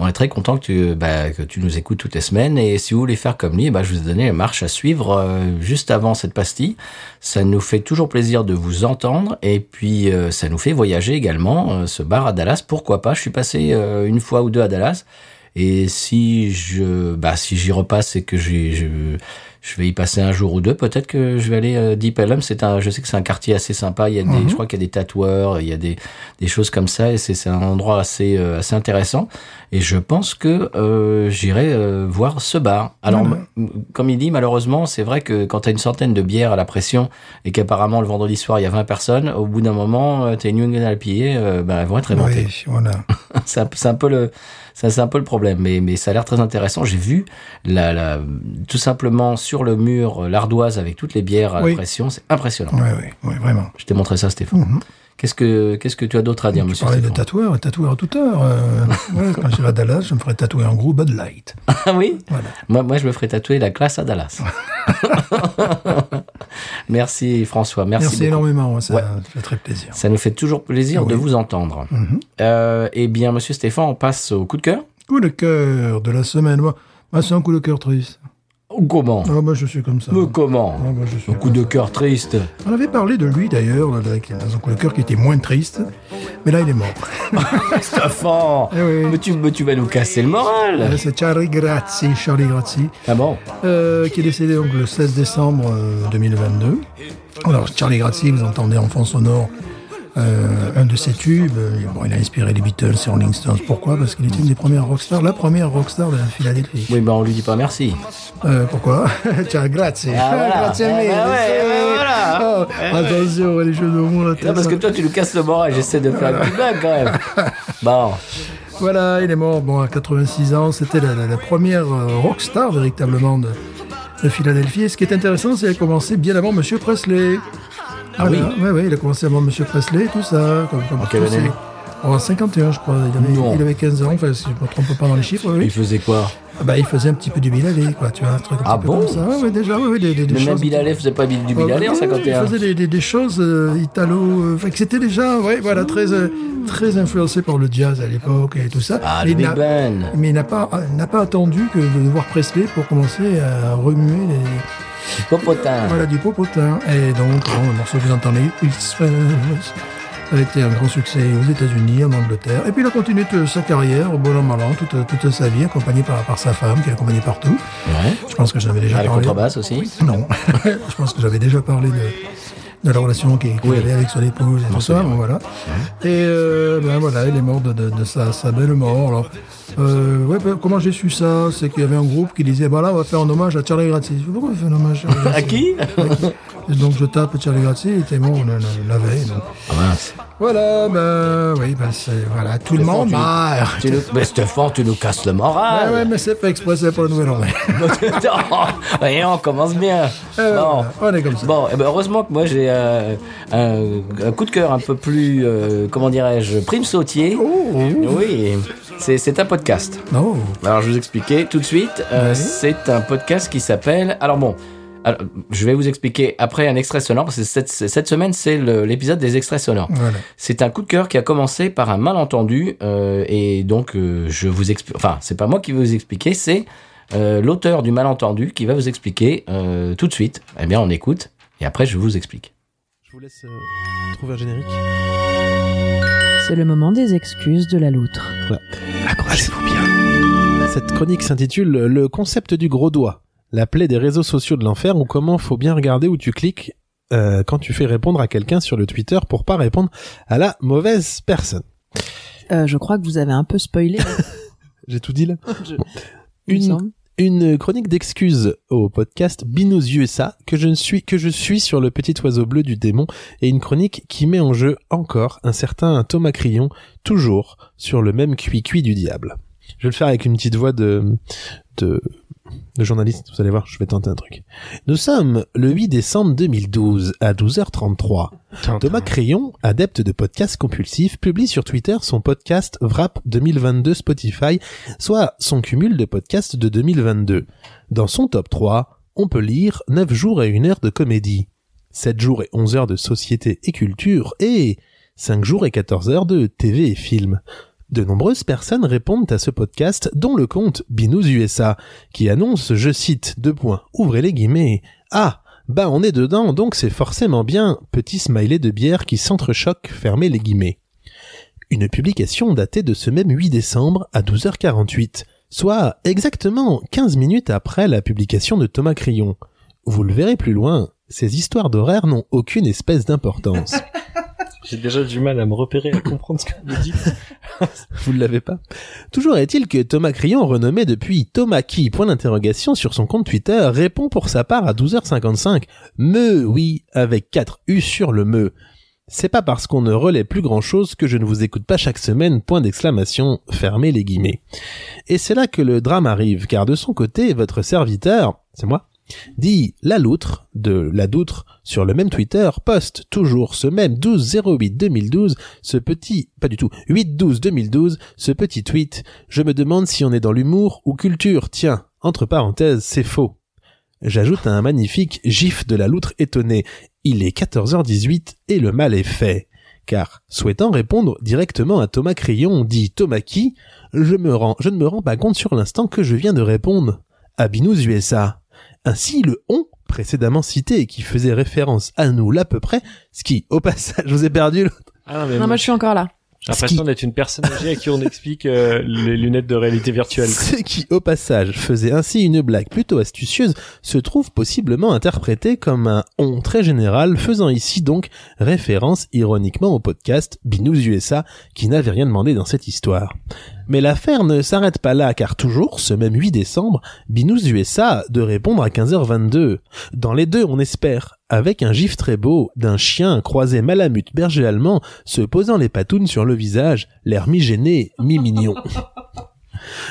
Speaker 1: On est très content que tu, bah, que tu nous écoutes toutes les semaines. Et si vous voulez faire comme lui, bah, je vous ai donné les marches à suivre euh, juste avant cette pastille. Ça nous fait toujours plaisir de vous entendre. Et puis, euh, ça nous fait voyager également. euh, ce bar à Dallas, pourquoi pas Je suis passé euh, une fois ou deux à Dallas. Et si je, bah, si j'y repasse et que j'ai, je, je vais y passer un jour ou deux, peut-être que je vais aller euh, Deep Ellum. C'est un, je sais que c'est un quartier assez sympa. Il y a des, je crois qu'il y a des tatoueurs, il y a des, des choses comme ça. Et c'est, c'est un endroit assez, euh, assez intéressant. Et je pense que euh, j'irai euh, voir ce bar. Alors,
Speaker 2: Voilà.
Speaker 1: m- comme il dit, malheureusement, c'est vrai que quand t'as une centaine de bières à la pression et qu'apparemment le vendredi soir il y a 20 personnes, au bout d'un moment, euh, tes New England IPA, euh, ben, elles vont être aimantées.
Speaker 2: Oui, voilà.
Speaker 1: C'est un, c'est un peu le, ça, c'est un peu le problème, mais, mais ça a l'air très intéressant. J'ai vu la, la- tout simplement sur le mur euh, l'ardoise avec toutes les bières à la
Speaker 2: Oui.
Speaker 1: pression. C'est impressionnant.
Speaker 2: Oui, oui, oui, vraiment.
Speaker 1: Je t'ai montré ça, Stéphane.
Speaker 2: Mhm.
Speaker 1: Qu'est-ce que, qu'est-ce que tu as d'autre à dire,
Speaker 2: Tu
Speaker 1: monsieur
Speaker 2: parlais de
Speaker 1: Stéphane
Speaker 2: tatoueur, et tatoueur à toute heure. euh, ouais, quand j'irai à Dallas, je me ferai tatouer en gros Bud Light.
Speaker 1: Ah oui.
Speaker 2: Voilà.
Speaker 1: Moi, moi, je me ferai tatouer la classe à Dallas. merci François. Merci.
Speaker 2: Merci,
Speaker 1: beaucoup.
Speaker 2: énormément, ça
Speaker 1: Ouais.
Speaker 2: fait très plaisir.
Speaker 1: Ça nous fait toujours plaisir de
Speaker 2: Oui.
Speaker 1: vous entendre.
Speaker 2: Mhm.
Speaker 1: Euh, eh bien, monsieur Stéphane, on passe au coup de cœur.
Speaker 2: Coup de cœur de la semaine. Moi, moi, c'est un coup de cœur triste.
Speaker 1: Ou comment
Speaker 2: Ah, moi, je suis comme ça.
Speaker 1: Mais comment
Speaker 2: Ah, moi, je suis
Speaker 1: Un coup de cœur triste.
Speaker 2: On avait parlé de lui d'ailleurs, là, avec- dans un coup de cœur qui était moins triste, mais là il est mort.
Speaker 1: Stéphane
Speaker 2: Eh oui. Eh
Speaker 1: mais, tu, mais tu vas nous casser le moral
Speaker 2: Là, Euh, C'est Charlie Grazzi, Charlie Grazzi,
Speaker 1: Ah bon
Speaker 2: euh, qui est décédé donc le 16 décembre euh, 2022. Alors Charlie Grazzi, vous entendez en fond sonore euh, un de ses tubes. Euh, Bon, il a inspiré les Beatles et Rolling Stones. Pourquoi Parce qu'il était une des premières rockstars, la première rockstar de la Philadelphie.
Speaker 1: Oui, ben on lui dit pas merci.
Speaker 2: Euh, pourquoi Ciao, grazie.
Speaker 1: Ah, voilà.
Speaker 2: grazie
Speaker 1: Ah,
Speaker 2: mille.
Speaker 1: bah ouais, ouais, voilà. Eh
Speaker 2: Oh, attention, les jeux de mots là.
Speaker 1: Non, parce que toi, tu nous casses le moral, j'essaie de faire un petit blague quand même. Bon,
Speaker 2: Voilà, il est mort bon, à 86 ans. C'était la, la- la première euh, rockstar véritablement de, de Philadelphie. Et ce qui est intéressant, c'est qu'elle a commencé bien avant Monsieur Presley.
Speaker 1: Ah
Speaker 2: oui Oui, il a commencé avant Monsieur Presley, tout ça. Comme, comme
Speaker 1: En quelle
Speaker 2: tous ces-
Speaker 1: année
Speaker 2: Oh, En 51, je crois. Il
Speaker 1: Non.
Speaker 2: avait, il avait 15 ans, enfin, si je ne me trompe pas dans les chiffres.
Speaker 1: il
Speaker 2: Oui.
Speaker 1: faisait quoi
Speaker 2: Ah Bah, il faisait un petit peu du Bill Haley, quoi, tu vois, un truc un
Speaker 1: Ah
Speaker 2: petit peu
Speaker 1: bon
Speaker 2: comme ça. Oui, déjà, oui, oui, des, des, des
Speaker 1: Le même
Speaker 2: choses-
Speaker 1: Bilalé faisait pas du Bilalé en
Speaker 2: Ouais, ouais, Il
Speaker 1: 51
Speaker 2: faisait des, des- des choses euh, italo. euh, Enfin, que c'était déjà, ouais, voilà, très, euh, très influencé par le jazz à l'époque et tout ça.
Speaker 1: Ah,
Speaker 2: Et
Speaker 1: le
Speaker 2: il
Speaker 1: Big
Speaker 2: n'a-
Speaker 1: Ben
Speaker 2: Mais il n'a pas, il n'a pas attendu que de voir Presley pour commencer à remuer les,
Speaker 1: du Popotin
Speaker 2: voilà, du popotin. Et donc, bon, le morceau que vous entendez, It's Famous, ça a été un grand succès aux États-Unis, en Angleterre. Et puis, il a continué toute sa carrière, au bon an, mal an, toute, toute sa vie, accompagné par, par sa femme, qui l'accompagnait partout.
Speaker 1: Ouais.
Speaker 2: Je pense que j'en avais déjà
Speaker 1: Ah, la
Speaker 2: parlé.
Speaker 1: contrebasse aussi
Speaker 2: Non, je pense que j'avais déjà parlé de, de la relation qu'il qu'il avait avec son épouse et tout ça, bon, voilà.
Speaker 1: Hein
Speaker 2: Et euh, ben voilà, il est mort de, de- de sa, sa belle mort. Alors, euh, ouais, ben, comment j'ai su ça C'est qu'il y avait un groupe qui disait, bah là, on va faire un hommage à Charlie Grazzi. Je fais, Pourquoi on fait un hommage à Charlie
Speaker 1: À
Speaker 2: Grazzi
Speaker 1: qui
Speaker 2: Et Donc je tape Charlie Grazzi, il était mort le- le- la veille. donc.
Speaker 1: Ah mince.
Speaker 2: Voilà, ben oui, ben c'est, voilà, tout le
Speaker 1: Stéphane,
Speaker 2: monde
Speaker 1: tu-
Speaker 2: meurt.
Speaker 1: Tu nous... Mais Stéphane, tu nous casses le
Speaker 2: Ah ouais,
Speaker 1: moral
Speaker 2: mais c'est pas exprès, c'est pour la nouvelle année.
Speaker 1: Non, Et on commence bien
Speaker 2: Euh,
Speaker 1: Bon.
Speaker 2: voilà, on est comme ça.
Speaker 1: Bon, eh ben, heureusement que moi j'ai euh, un, un coup de cœur un peu plus, euh, comment dirais-je, prime sautier.
Speaker 2: Oh.
Speaker 1: Oh. Oui, c'est c'est un podcast.
Speaker 2: Non,
Speaker 1: Alors je vais vous expliquer tout de suite. Euh, C'est un podcast qui s'appelle. Alors bon, alors, je vais vous expliquer après un extrait sonore parce que cette, cette semaine c'est le- l'épisode des extraits sonores.
Speaker 2: voilà.
Speaker 1: C'est un coup de cœur qui a commencé par un malentendu euh, et donc euh, je vous explique. Enfin, c'est pas moi qui vais vous expliquer, c'est euh, l'auteur du malentendu qui va vous expliquer euh, tout de suite. Eh bien, on écoute et après je vous explique.
Speaker 4: Je vous laisse euh, trouver un générique.
Speaker 5: C'est le moment des excuses de la loutre.
Speaker 4: Accrochez-vous bien. Cette chronique s'intitule Le concept du gros doigt, la plaie des réseaux sociaux de l'enfer ou comment faut bien regarder où tu cliques euh, quand tu fais répondre à quelqu'un sur le Twitter pour pas répondre à la mauvaise personne.
Speaker 5: Euh, je crois que vous avez un peu spoilé.
Speaker 4: J'ai tout dit là
Speaker 5: Je-
Speaker 4: Bon.
Speaker 5: il me
Speaker 4: Une
Speaker 5: semble.
Speaker 4: une chronique d'excuses au podcast Binous USA que je ne suis que je suis sur le petit oiseau bleu du démon et une chronique qui met en jeu encore un certain Thomas Crillon toujours sur le même cuit-cuit du diable. Je vais le faire avec une petite voix de de de journaliste, vous allez voir, je vais tenter un truc. Nous sommes le 8 décembre 2012 à 12h33. Thomas Crayon, adepte de podcasts compulsifs, publie sur Twitter son podcast Wrap 2022 Spotify, soit son cumul de podcasts de 2022. Dans son top 3, on peut lire 9 jours et 1 heure de comédie, 7 jours et 11 heures de société et culture et 5 jours et 14 heures de TV et films. De nombreuses personnes répondent à ce podcast, dont le compte Binous USA, qui annonce, je cite, deux points, ouvrez les guillemets, ah, bah on est dedans, donc c'est forcément bien, petit smiley de bière qui s'entrechoque, fermez les guillemets. Une publication datée de ce même 8 décembre à 12h48, soit exactement 15 minutes après la publication de Thomas Crayon. Vous le verrez plus loin, ces histoires d'horaire n'ont aucune espèce d'importance.
Speaker 6: J'ai déjà du mal à me repérer, à comprendre ce que vous dites.
Speaker 4: Vous ne l'avez pas. Toujours est-il que Thomas Crillon, renommé depuis Thomas qui, point d'interrogation sur son compte Twitter, répond pour sa part à 12h55 Me, oui, avec 4 U sur le me. C'est pas parce qu'on ne relaie plus grand chose que je ne vous écoute pas chaque semaine, point d'exclamation, fermez les guillemets. Et c'est là que le drame arrive, car de son côté, votre serviteur, c'est moi, dit La Loutre de La Doutre sur le même Twitter poste toujours ce même 12-08-2012 ce petit pas du tout 8-12-2012 ce petit tweet je me demande si on est dans l'humour ou culture tiens entre parenthèses c'est faux j'ajoute un magnifique gif de La Loutre étonnée il est 14h18 et le mal est fait car souhaitant répondre directement à Thomas Crayon dit Thomas qui je me rends je ne me rends pas compte sur l'instant que je viens de répondre à Binous USA ainsi, le on précédemment cité et qui faisait référence à nous là à peu près, ce qui, au passage, je vous ai perdu le-
Speaker 6: Ah, mais
Speaker 5: Non, moi je suis encore là.
Speaker 6: J'ai l'impression
Speaker 4: Ski.
Speaker 6: d'être une personne âgée à qui on explique euh, les lunettes de réalité virtuelle.
Speaker 4: Ce qui, au passage, faisait ainsi une blague plutôt astucieuse, se trouve possiblement interprété comme un on très général, faisant ici donc référence ironiquement au podcast Binous USA, qui n'avait rien demandé dans cette histoire. Mais l'affaire ne s'arrête pas là, car toujours, ce même 8 décembre, Binous USA de répondre à 15h22. Dans les deux, on espère, avec un gif très beau d'un chien croisé malamute berger allemand se posant les patounes sur le visage, l'air mi-gêné, mi-mignon.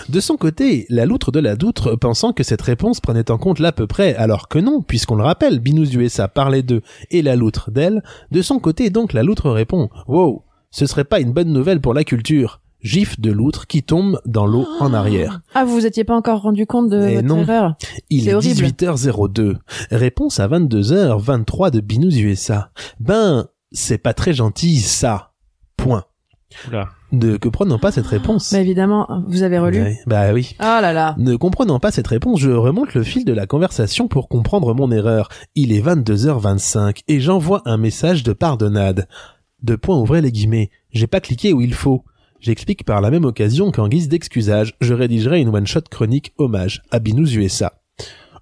Speaker 4: De son côté, la loutre de la doutre, pensant que cette réponse prenait en compte l'à peu près, alors que non, puisqu'on le rappelle, Binous USA parlait d'eux et la loutre d'elle, de son côté donc la loutre répond « Wow, ce serait pas une bonne nouvelle pour la culture !» Gif de loutre qui tombe dans l'eau en arrière.
Speaker 5: Ah, vous vous étiez pas encore rendu compte de
Speaker 4: Eh
Speaker 5: votre
Speaker 4: non.
Speaker 5: erreur
Speaker 4: Il
Speaker 5: C'est
Speaker 4: est,
Speaker 5: horrible.
Speaker 4: 18h02. Réponse à 22h23 de Binous USA. Ben, c'est pas très gentil ça. Point.
Speaker 6: Oula.
Speaker 4: Ne que prenant pas cette réponse.
Speaker 5: Bah évidemment, vous avez relu.
Speaker 4: Ouais, bah oui.
Speaker 5: Ah là là.
Speaker 4: Ne comprenant pas cette réponse, je remonte le fil de la conversation pour comprendre mon erreur. Il est 22h25 et j'envoie un message de pardonnade. De point ouvrez les guillemets. J'ai pas cliqué où il faut. J'explique par la même occasion qu'en guise d'excusage, je rédigerai une one-shot chronique hommage à Binous USA.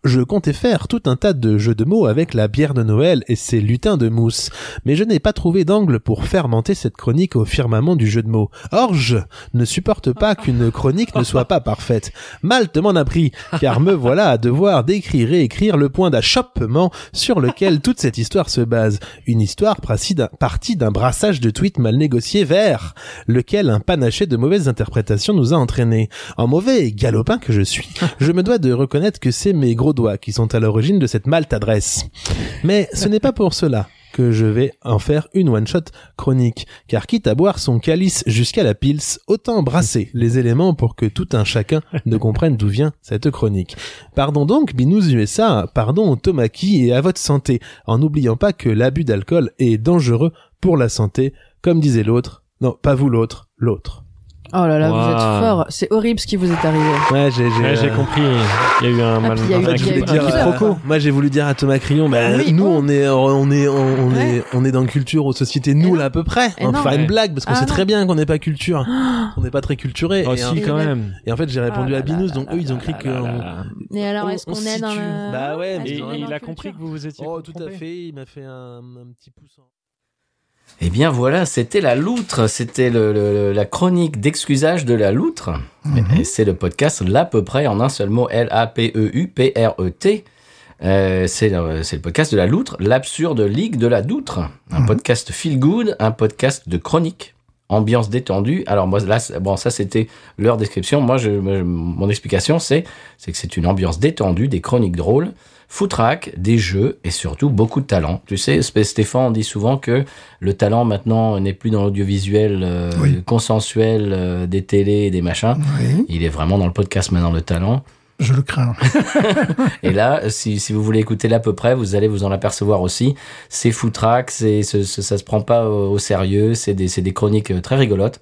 Speaker 4: Je comptais faire tout un tas de jeux de mots avec la bière de Noël et ses lutins de mousse, mais je n'ai pas trouvé d'angle pour fermenter cette chronique au firmament du jeu de mots. Or, je ne supporte pas qu'une chronique ne soit pas parfaite. Malte m'en a pris, car me voilà à devoir décrire et écrire le point d'achoppement sur lequel toute cette histoire se base. Une histoire partie d'un- partie d'un brassage de tweets mal négociés vers lequel un panaché de mauvaises interprétations nous a entraînés. En mauvais et galopin que je suis, je me dois de reconnaître que c'est mes gros doigts qui sont à l'origine de cette maltadresse. Mais ce n'est pas pour cela que je vais en faire une one-shot chronique, car quitte à boire son calice jusqu'à la pils, autant brasser les éléments pour que tout un chacun ne comprenne d'où vient cette chronique. Pardon donc, Binous USA, pardon au Tomaki et à votre santé, en n'oubliant pas que l'abus d'alcool est dangereux pour la santé, comme disait l'autre, non, pas vous l'autre, l'autre.
Speaker 5: Oh là là, vous
Speaker 6: Waouh.
Speaker 5: êtes fort. C'est horrible ce qui vous est arrivé.
Speaker 4: Ouais, j'ai, j'ai,
Speaker 6: Ouais, j'ai
Speaker 4: euh,
Speaker 6: compris. Il y a eu un
Speaker 5: Ah,
Speaker 6: mal.
Speaker 5: puis il y a eu-
Speaker 6: un
Speaker 4: Je
Speaker 5: il y a
Speaker 4: voulais
Speaker 6: coup-
Speaker 5: eu
Speaker 4: dire
Speaker 5: un
Speaker 6: un coup-
Speaker 4: quiproquo. Moi, j'ai voulu dire à Thomas Crayon, ben,
Speaker 5: Oui,
Speaker 4: nous,
Speaker 5: oh.
Speaker 4: on est, on est, on, on
Speaker 5: Ouais.
Speaker 4: est, on est dans le culture aux sociétés, nous,
Speaker 5: non.
Speaker 4: là, à peu près.
Speaker 5: Et
Speaker 4: enfin,
Speaker 6: non.
Speaker 4: une blague, parce qu'on
Speaker 5: Ah,
Speaker 4: sait
Speaker 5: non.
Speaker 4: très bien qu'on n'est pas culture. on n'est pas très culturé. Et, en-
Speaker 6: Aussi, Ah, quand même.
Speaker 4: et en fait, j'ai répondu
Speaker 5: Ah
Speaker 4: à
Speaker 5: là
Speaker 4: Binous,
Speaker 5: là
Speaker 4: donc
Speaker 5: là
Speaker 4: eux, ils ont
Speaker 5: là
Speaker 4: cru
Speaker 5: là
Speaker 4: que.
Speaker 5: là
Speaker 4: on-
Speaker 5: là. Mais alors,
Speaker 4: on-
Speaker 5: est-ce
Speaker 4: on
Speaker 5: qu'on
Speaker 4: se
Speaker 5: est dans
Speaker 4: situe.
Speaker 5: le...
Speaker 4: Bah ouais,
Speaker 5: Est-ce
Speaker 6: Et
Speaker 4: mais
Speaker 5: qu'on est dans
Speaker 6: il
Speaker 5: la
Speaker 6: a
Speaker 5: culture
Speaker 6: compris que vous vous étiez.
Speaker 4: Oh, tout à
Speaker 6: trompé.
Speaker 4: fait, il m'a fait un, un petit pouce. en-
Speaker 1: Eh bien voilà, c'était la loutre, c'était le- le- le- la chronique d'excusage de la loutre.
Speaker 2: Mhm.
Speaker 1: Et c'est le podcast l'à peu près en un seul mot, E L-A-P-E-U-P-R-E-T. Euh, c'est euh, c'est le podcast de la loutre, l'absurde ligue de la doutre. Un
Speaker 2: Mhm.
Speaker 1: podcast feel good, un podcast de chronique, ambiance détendue. Alors moi là, c'est- bon ça c'était leur description. Moi, je, moi, je- mon explication c'est c'est que c'est une ambiance détendue, des chroniques drôles, foutraque, des jeux et surtout beaucoup de talent. Tu sais, Sp- Stéphane dit souvent que le talent maintenant n'est plus dans l'audiovisuel euh,
Speaker 2: Oui.
Speaker 1: consensuel euh, des télés et des machins.
Speaker 2: Oui.
Speaker 1: Il est vraiment dans le podcast maintenant, le talent.
Speaker 2: Je le crains.
Speaker 1: Et là, si, si vous voulez écouter l'à peu près, vous allez vous en apercevoir aussi. C'est foutraque, c'est, ce- ce- ça se prend pas au, au sérieux, c'est des, c'est des chroniques euh, très rigolotes.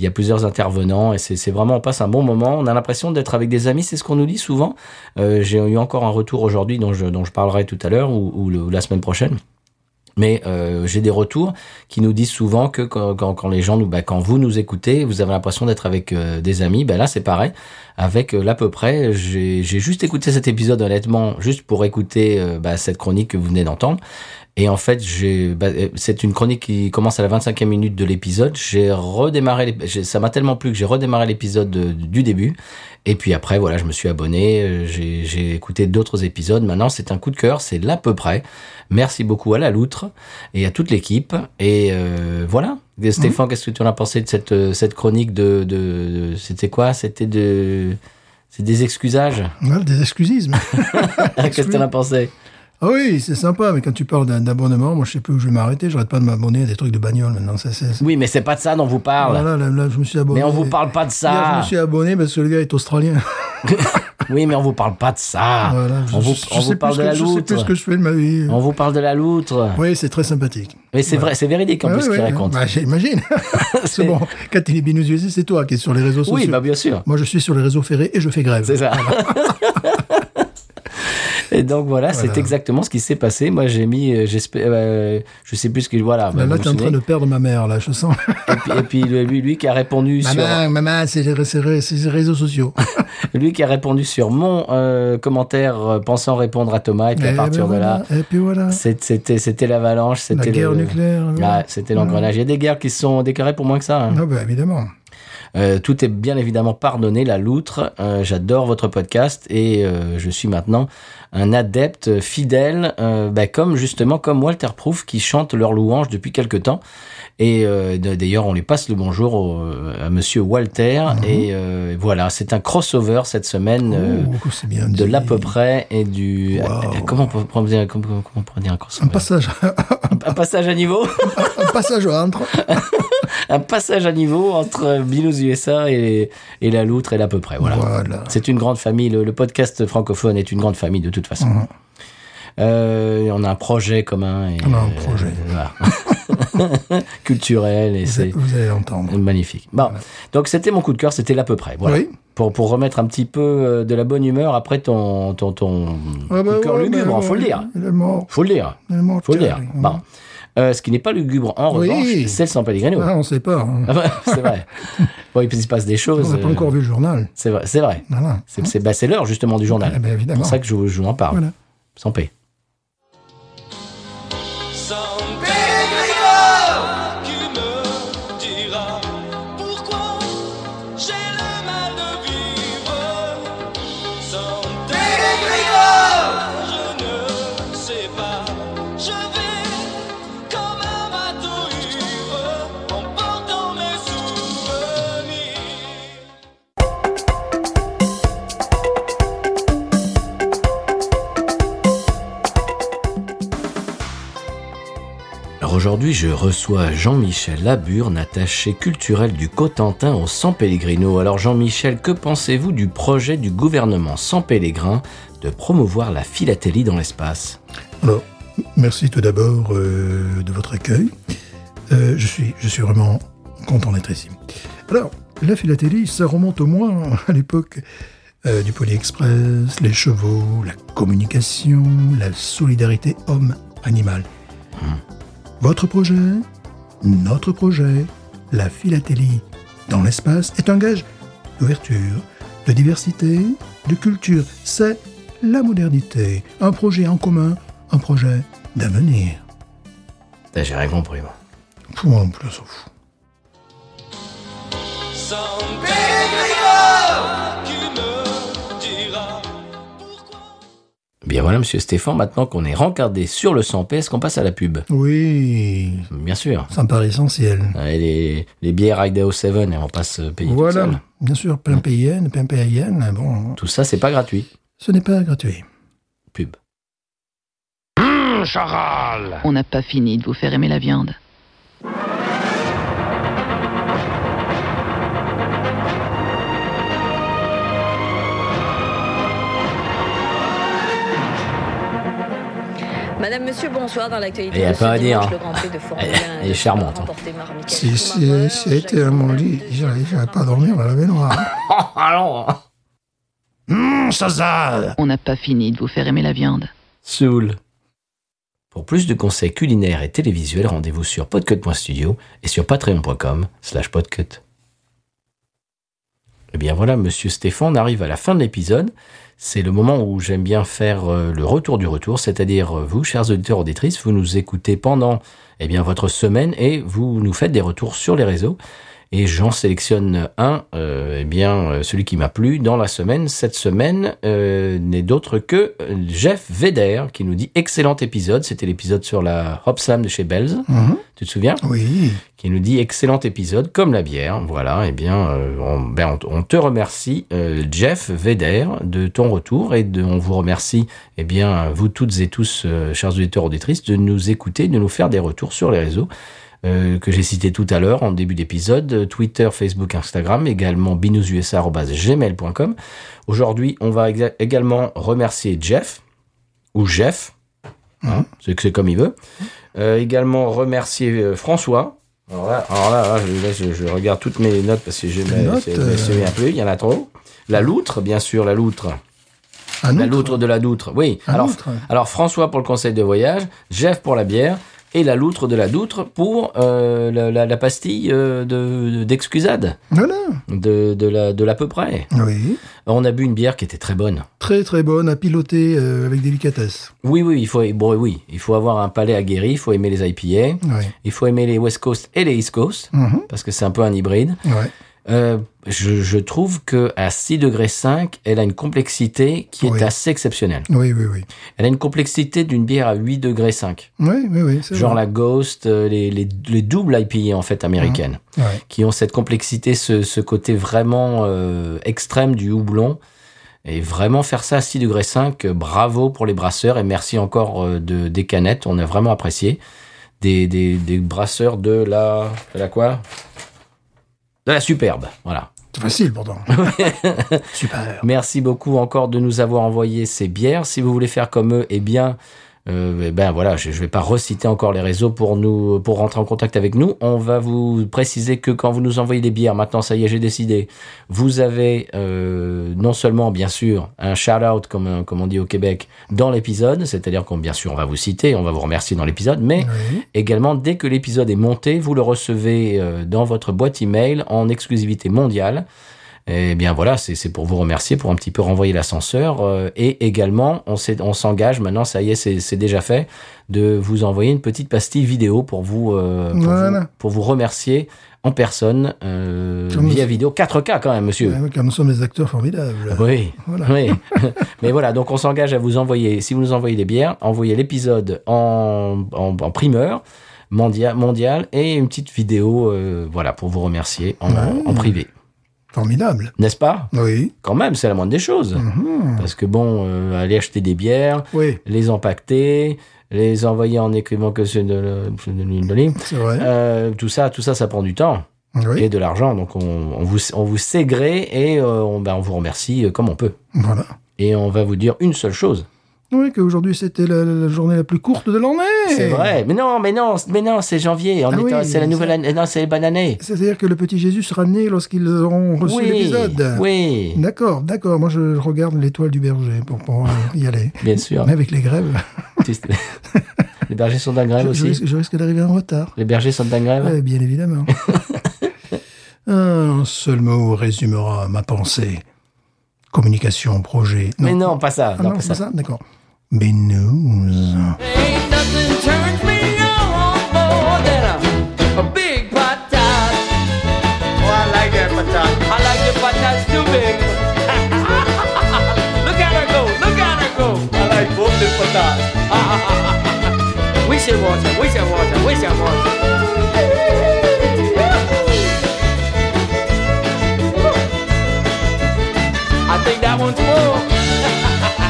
Speaker 1: Il y a plusieurs intervenants et c'est c'est vraiment, on passe un bon moment. On a l'impression d'être avec des amis, c'est ce qu'on nous dit souvent. Euh, J'ai eu encore un retour aujourd'hui dont je, dont je parlerai tout à l'heure ou, ou le- la semaine prochaine. Mais euh, j'ai des retours qui nous disent souvent que quand, quand, quand les gens nous, bah, quand vous nous écoutez, vous avez l'impression d'être avec euh, des amis. Ben là, c'est pareil. Avec euh, l'à peu près, j'ai j'ai juste écouté cet épisode honnêtement, juste pour écouter euh, bah, cette chronique que vous venez d'entendre. Et en fait, j'ai, bah, euh, c'est une chronique qui commence à la 25e minute de l'épisode. J'ai redémarré, l'ép- j'ai- ça m'a tellement plu que j'ai redémarré l'épisode de- du début. Et puis après, voilà, je me suis abonné, euh, j'ai j'ai écouté d'autres épisodes. Maintenant, c'est un coup de cœur, c'est l'à peu près. Merci beaucoup à la loutre et à toute l'équipe. Et euh, voilà. Et Stéphane,
Speaker 2: Mhm.
Speaker 1: qu'est-ce que tu en as pensé de cette, euh, cette chronique de, de- c'était quoi C'était de c'est des excusages.
Speaker 2: Ouais, des excusismes.
Speaker 1: Qu'est-ce que tu en as pensé
Speaker 2: Ah oui, c'est sympa, mais quand tu parles d'un- d'abonnement, moi je sais plus où je vais m'arrêter, j'arrête pas de m'abonner à des trucs de bagnole maintenant. Ça, c'est- c'est-
Speaker 1: Oui, mais c'est pas de ça dont vous parle.
Speaker 2: Voilà, là, là, je me suis abonné.
Speaker 1: Mais on vous parle pas de
Speaker 2: Hier, je
Speaker 1: ça.
Speaker 2: me suis abonné parce que le gars est australien.
Speaker 1: Oui, mais on vous parle pas de ça.
Speaker 2: Voilà,
Speaker 1: Ah. on vous,
Speaker 2: je
Speaker 1: on vous
Speaker 2: sais
Speaker 1: parle
Speaker 2: plus
Speaker 1: de la
Speaker 2: ce que- je sais plus
Speaker 1: loutre.
Speaker 2: ce que je fais de ma vie.
Speaker 1: On vous parle de la loutre.
Speaker 2: Oui, c'est très sympathique.
Speaker 1: Mais c'est vrai, c'est véridique en
Speaker 2: Ah
Speaker 1: plus
Speaker 2: oui,
Speaker 1: ce
Speaker 2: oui,
Speaker 1: qu'il
Speaker 2: oui.
Speaker 1: raconte.
Speaker 2: Bah, J'imagine. c'est bon. Quand il est binous c'est toi qui es sur les réseaux
Speaker 1: oui,
Speaker 2: sociaux.
Speaker 1: bah bien sûr.
Speaker 2: Moi, je suis sur les réseaux ferrés et je fais grève.
Speaker 1: C'est ça. Et donc voilà, c'est exactement ce qui s'est passé. Moi, j'ai mis, euh, j'espère, euh, je sais plus ce qu'il voilà. bah,
Speaker 2: Là,
Speaker 1: vous
Speaker 2: là
Speaker 1: vous
Speaker 2: tu es en train
Speaker 1: souvenez.
Speaker 2: de perdre ma mère, là, je sens.
Speaker 1: Et puis, et puis le- lui, lui qui a répondu sur,
Speaker 2: maman, maman, c'est les, c'est les- c'est les réseaux sociaux.
Speaker 1: lui qui a répondu sur mon euh, commentaire euh, pensant répondre à Thomas et puis à
Speaker 2: Eh
Speaker 1: partir
Speaker 2: ben
Speaker 1: de là,
Speaker 2: voilà, Et puis voilà.
Speaker 1: c'est- c'était c'était l'avalanche,
Speaker 2: La
Speaker 1: c'était
Speaker 2: guerre
Speaker 1: le- Ah,
Speaker 2: nucléaire.
Speaker 1: Ouais,
Speaker 2: voilà.
Speaker 1: c'était l'engrenage. Il y a des guerres qui se sont déclarées pour moins que ça. hein.
Speaker 2: Ah, bah, évidemment.
Speaker 1: Euh, tout est bien évidemment pardonné, la loutre. Euh, J'adore votre podcast et euh, je suis maintenant un adepte fidèle, euh, bah, comme justement comme Walter Proof qui chante leur louange depuis quelque temps. Et euh, d- d'ailleurs, on les passe le bonjour au- euh, à Monsieur Walter. Et euh, voilà, c'est un crossover cette semaine. euh,
Speaker 2: Mhm. Ouh, Oh, c'est bien
Speaker 1: de
Speaker 2: dit.
Speaker 1: l'à peu près et du euh,
Speaker 2: Wow.
Speaker 1: comment on peut comment, dire- comment- comment on pourrait dire un crossover
Speaker 2: Un passage,
Speaker 1: un passage à niveau
Speaker 2: un passage entre.
Speaker 1: un passage à niveau entre Binous USA et, et la loutre et l'à peu près. Voilà.
Speaker 2: Voilà.
Speaker 1: C'est une grande famille. Le, le podcast francophone est une grande famille de toute façon.
Speaker 2: Mhm.
Speaker 1: Euh, on a un projet commun. Et, euh,
Speaker 2: On a un projet.
Speaker 1: voilà. Culturel et
Speaker 2: Vous,
Speaker 1: c'est
Speaker 2: allez- vous allez l'entendre.
Speaker 1: magnifique. Bon, donc c'était mon coup de cœur, c'était l'à peu près. Voilà.
Speaker 2: Oui.
Speaker 1: Pour, pour remettre un petit peu euh, de la bonne humeur après ton, ton, ton
Speaker 2: Ah, bah,
Speaker 1: coup de cœur
Speaker 2: ouais,
Speaker 1: lugubre, hein,
Speaker 2: bah,
Speaker 1: faut le dire.
Speaker 2: Il est mort.
Speaker 1: Faut le dire.
Speaker 2: Il est mort.
Speaker 1: Faut le dire.
Speaker 2: Thierry.
Speaker 1: Bon. Euh, ce qui n'est pas lugubre, en
Speaker 2: Oui.
Speaker 1: revanche, c'est le San Pellegrino.
Speaker 2: Ah, on sait pas. hein.
Speaker 1: Ah bah, c'est vrai. Bon, il se passe des
Speaker 2: On
Speaker 1: choses.
Speaker 2: n'a pas
Speaker 1: euh,
Speaker 2: encore vu le journal.
Speaker 1: C'est vrai. C'est vrai.
Speaker 2: Voilà.
Speaker 1: C'est, c'est- bah, c'est l'heure justement du journal.
Speaker 2: Eh ben,
Speaker 1: c'est
Speaker 2: évidemment.
Speaker 1: pour ça que je, je vous en parle.
Speaker 2: Voilà.
Speaker 1: Sans paix.
Speaker 7: San Pellegrino, tu me diras pourquoi j'ai le mal de vivre. San Pellegrino, je ne sais pas, je vais comme un bateau ivre en portant mes souvenirs.
Speaker 1: Alors aujourd'hui, je reçois Jean-Michel Laburne, attaché culturel du Cotentin au San Pellegrino. Alors Jean-Michel, que pensez-vous du projet du gouvernement San Pellegrin de promouvoir la philatélie dans l'espace
Speaker 2: Alors, merci tout d'abord euh, de votre accueil. Euh, je, suis, je suis vraiment content d'être ici. Alors, la philatélie, ça remonte au moins à l'époque euh, du Poly-Express, les chevaux, la communication, la solidarité homme-animal. Votre projet, notre projet, la philatélie dans l'espace est un gage d'ouverture, de diversité, de culture. C'est la modernité, un projet en commun, un projet d'avenir.
Speaker 1: Putain, J'ai rien compris. moi.
Speaker 2: Pouh, on s'en fout.
Speaker 7: San Pellegrino, tu me diras pourquoi.
Speaker 1: Bien voilà, Monsieur Stéphane, maintenant qu'on est rencardé sur le 100 est-ce qu'on passe à la pub
Speaker 2: Oui,
Speaker 1: Bien sûr.
Speaker 2: ça me paraît essentiel.
Speaker 1: Ouais, les, les bières Idaho 7 et on passe euh, payer tout
Speaker 2: Voilà, bien sûr,
Speaker 1: Mm.
Speaker 2: plein PIN, plein PIN, bon,
Speaker 1: Tout ça, c'est pas gratuit.
Speaker 2: ce n'est pas gratuit.
Speaker 1: Pub.
Speaker 8: On n'a pas fini de vous faire aimer la viande.
Speaker 9: Madame, monsieur, bonsoir dans l'actualité.
Speaker 1: Et elle
Speaker 9: de
Speaker 1: peut
Speaker 9: ce
Speaker 1: rien dire,
Speaker 9: dimanche,
Speaker 1: hein.
Speaker 9: le Grand Prix de Formule
Speaker 1: Elle-
Speaker 9: 1
Speaker 1: elle est charmante, hein.
Speaker 9: remporté par Michael
Speaker 2: Si,
Speaker 9: Schumacher,
Speaker 2: si, si elle était
Speaker 9: Jacques
Speaker 2: à mon
Speaker 9: Villeneuve,
Speaker 2: lit, j'allais j'allais pas dormir dans la baignoire.
Speaker 1: Ah, Alors,
Speaker 2: Hum, ça zale
Speaker 8: On n'a pas fini de vous faire aimer la viande.
Speaker 1: Soul. Pour plus de conseils culinaires et télévisuels, rendez-vous sur podcut.studio et sur patreon.com slash podcut. Et bien voilà, monsieur Stéphane, on arrive à la fin de l'épisode. C'est le moment où j'aime bien faire euh, le retour du retour, c'est-à-dire euh, vous, chers auditeurs auditrices, vous nous écoutez pendant eh bien, votre semaine et vous nous faites des retours sur les réseaux. Et j'en sélectionne un, euh, eh bien, euh, celui qui m'a plu dans la semaine. Cette semaine euh, n'est d'autre que euh, Jeff Veder qui nous dit excellent épisode. C'était l'épisode sur la Hop Slam de chez Bells.
Speaker 2: Mhm.
Speaker 1: Tu te souviens
Speaker 2: Oui,
Speaker 1: qui nous dit excellent épisode comme la bière. Voilà, eh bien, euh, on, ben, on- on te remercie, euh, Jeff Veder, de ton retour et de, on vous remercie, eh bien, vous toutes et tous, euh, chers auditeurs auditrices, de nous écouter, de nous faire des retours sur les réseaux. euh, que j'ai cités tout à l'heure en début d'épisode, euh, Twitter, Facebook, Instagram, également binoususa.gmail.com. Aujourd'hui, on va exa- également remercier Jeff, ou Jeff, hein, c'est que c'est comme il veut. Euh, également remercier euh, François. Alors là, alors là, là, je, là, je- je regarde toutes mes notes parce que je
Speaker 2: Les
Speaker 1: me
Speaker 2: notes,
Speaker 1: c'est-
Speaker 2: euh.
Speaker 1: me souviens plus, il y en a trop. La loutre, bien sûr, la loutre.
Speaker 2: un
Speaker 1: La
Speaker 2: autre.
Speaker 1: loutre de la doutre, oui.
Speaker 2: Un
Speaker 1: alors,
Speaker 2: autre.
Speaker 1: alors François pour le conseil de voyage, Jeff pour la bière et la loutre de la doutre pour euh, la, la- la pastille euh, de- d'excusade,
Speaker 2: Voilà,
Speaker 1: de, de, la, de l'à peu près.
Speaker 2: oui.
Speaker 1: On a bu une bière qui était très bonne.
Speaker 2: Très très bonne à piloter euh, avec délicatesse.
Speaker 1: Oui, oui, il faut, bon, oui, il faut avoir un palais aguerri, il faut aimer les IPA,
Speaker 2: Oui.
Speaker 1: il faut aimer les West Coast et les East Coast,
Speaker 2: Mhm.
Speaker 1: parce que c'est un peu un hybride.
Speaker 2: Ouais.
Speaker 1: Euh, je, je trouve que à 6 degrés 5, elle a une complexité qui est
Speaker 2: Oui.
Speaker 1: assez exceptionnelle.
Speaker 2: Oui, oui, oui.
Speaker 1: Elle a une complexité d'une bière à 8 degrés 5.
Speaker 2: Oui, oui, oui. c'est
Speaker 1: Genre
Speaker 2: vrai.
Speaker 1: la Ghost, euh, les, les, les doubles IPA en fait américaines,
Speaker 2: Mmh. Ouais.
Speaker 1: qui ont cette complexité, ce, ce côté vraiment euh, extrême du houblon. Et vraiment faire ça à 6 degrés 5, euh, bravo pour les brasseurs et merci encore euh, de, des canettes, on a vraiment apprécié. Des, des, des brasseurs de la... de la quoi De la Superbe, voilà.
Speaker 2: C'est facile pourtant. Super.
Speaker 1: Merci beaucoup encore de nous avoir envoyé ces bières. Si vous voulez faire comme eux, eh bien, euh, eh ben voilà, je ne vais pas reciter encore les réseaux pour nous, pour rentrer en contact avec nous. On va vous préciser que quand vous nous envoyez des bières, maintenant ça y est, j'ai décidé. Vous avez euh, non seulement bien sûr un shout out comme comme on dit au Québec dans l'épisode, c'est-à-dire qu'on bien sûr on va vous citer, on va vous remercier dans l'épisode, mais
Speaker 2: Oui.
Speaker 1: Également, dès que l'épisode est monté, vous le recevez euh, dans votre boîte email en exclusivité mondiale. Eh bien voilà, c'est c'est pour vous remercier, pour un petit peu renvoyer l'ascenseur. euh, et également, on s'est- on s'engage maintenant, ça y est, c'est c'est déjà fait, de vous envoyer une petite pastille vidéo pour vous, euh, pour,
Speaker 2: Voilà.
Speaker 1: vous pour vous remercier en personne euh,
Speaker 2: Comme
Speaker 1: via
Speaker 2: nous-
Speaker 1: vidéo 4K quand même, monsieur.
Speaker 2: Ouais, Car nous sommes des acteurs formidables.
Speaker 1: Oui.
Speaker 2: Voilà.
Speaker 1: Oui. Mais voilà, donc on s'engage à vous envoyer, si vous nous envoyez des bières, envoyez l'épisode en, en, en primeur mondial, mondial et une petite vidéo euh, voilà, pour vous remercier en,
Speaker 2: Ouais.
Speaker 1: en privé.
Speaker 2: Formidable.
Speaker 1: N'est-ce pas
Speaker 2: Oui.
Speaker 1: Quand même, c'est la moindre des choses.
Speaker 2: Mhm.
Speaker 1: Parce que bon, euh, aller acheter des bières,
Speaker 2: Oui,
Speaker 1: les empaqueter, les envoyer en écrivant que c'est de, le- c'est de l'huile d'olive,
Speaker 2: c'est vrai.
Speaker 1: euh, tout ça, tout ça, ça prend du temps
Speaker 2: oui.
Speaker 1: Ah. et de l'argent. Donc on, on vous, on vous sait gré et euh, on, ben, on vous remercie euh, comme on peut.
Speaker 2: Voilà.
Speaker 1: Et on va vous dire une seule chose.
Speaker 2: Oui, qu'aujourd'hui c'était la, la- la journée la plus courte de l'année.
Speaker 1: C'est vrai. Mais non, mais non, mais non, c'est janvier. On
Speaker 2: Ah
Speaker 1: est
Speaker 2: oui,
Speaker 1: en- c'est la nouvelle
Speaker 2: ça-
Speaker 1: année. Non, c'est les bonnes années.
Speaker 2: C'est-à-dire que le petit Jésus sera né lorsqu'ils auront reçu
Speaker 1: Oui,
Speaker 2: l'épisode.
Speaker 1: oui,
Speaker 2: D'accord, d'accord. Moi, je, je regarde l'étoile du berger pour pouvoir y aller.
Speaker 1: bien sûr.
Speaker 2: Mais avec les grèves,
Speaker 1: les bergers sont en
Speaker 2: je,
Speaker 1: grève
Speaker 2: je
Speaker 1: Ah, aussi. Ah
Speaker 2: risque, Euh, je risque d'arriver en retard.
Speaker 1: Les bergers sont en grève.
Speaker 2: Ouais, bien évidemment. Un seul mot résumera ma pensée. Communication, projet.
Speaker 1: mais non, pas ça.
Speaker 2: Ah
Speaker 1: non,
Speaker 2: non,
Speaker 1: pas
Speaker 2: c'est
Speaker 1: ça.
Speaker 2: ça, d'accord. Mais news.
Speaker 7: Ain't nothing turns me on more than a, a big patat. Oh, I like that patat. I like the patats too big. look at her go, look at her go. I like both the patats. we should watch her, we should watch her, we should watch her. I think that one's full.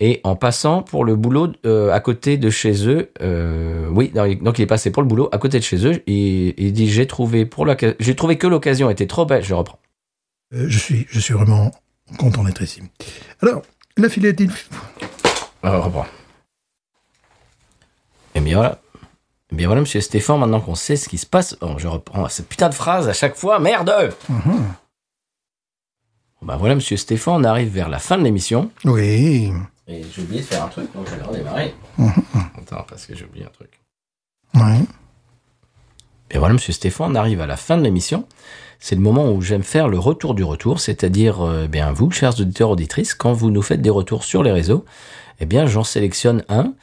Speaker 1: Et et en passant pour le boulot euh, à côté de chez eux. euh, oui, non, il- donc il est passé pour le boulot à côté de chez eux. Il, il dit j'ai trouvé pour la, j'ai trouvé que l'occasion était trop belle. Je reprends.
Speaker 2: Euh, je, suis, je suis vraiment content d'être ici. Alors, la philatélie.
Speaker 1: Je reprends. Euh, Et bien voilà. Eh bien voilà, monsieur Stéphane. Maintenant qu'on sait ce qui se passe, oh, je reprends cette putain de phrase à chaque fois. Merde.
Speaker 2: Mhm.
Speaker 1: Ben voilà, monsieur Stéphane, on arrive vers la fin de l'émission.
Speaker 2: Oui.
Speaker 1: Et j'ai oublié de faire un truc, donc je vais le redémarrer.
Speaker 2: Mhm.
Speaker 1: Attends, parce que j'ai oublié un truc.
Speaker 2: Ouais.
Speaker 1: Et voilà, monsieur Stéphane, on arrive à la fin de l'émission. C'est le moment où j'aime faire le retour du retour, c'est-à-dire, euh, bien, vous, chers auditeurs, auditrices, quand vous nous faites des retours sur les réseaux, eh bien, j'en sélectionne un.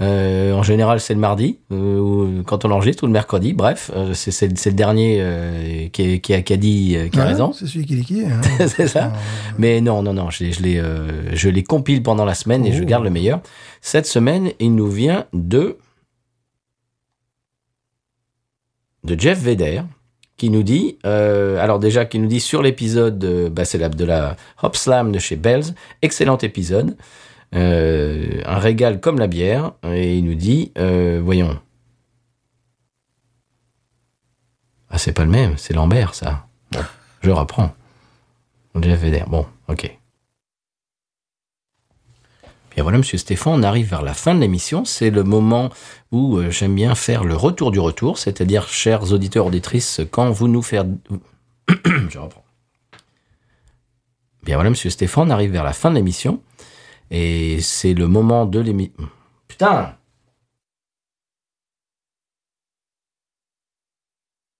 Speaker 1: Euh, en général, c'est le mardi, euh, ou quand on l'enregistre, ou le mercredi. Bref, euh, c'est c'est- c'est le dernier euh, qui, est- qui a, qui a dit, euh, qui a
Speaker 2: Ouais,
Speaker 1: raison.
Speaker 2: C'est celui qui est qui. hein.
Speaker 1: c'est ça. Mais non, non, non, je les, je les, euh, je les compile pendant la semaine et je
Speaker 2: Oh.
Speaker 1: garde le meilleur. Cette semaine, il nous vient de de Jeff Vedder qui nous dit, euh, alors déjà qui nous dit sur l'épisode, euh, bah, c'est la- de la Hop Slam de chez Bells, excellent épisode, euh, un régal comme la bière, et il nous dit, euh, voyons. Ah, c'est pas le même, c'est Lambert, ça. Bon, je reprends. Jeff Vedder. Bon, ok. Bien voilà, Monsieur Stéphane, on arrive vers la fin de l'émission. C'est le moment où euh, j'aime bien faire le retour du retour, c'est-à-dire, chers auditeurs, auditrices, quand vous nous faites... Je reprends. Bien voilà, Monsieur Stéphane, on arrive vers la fin de l'émission. Et c'est le moment de l'émission... Putain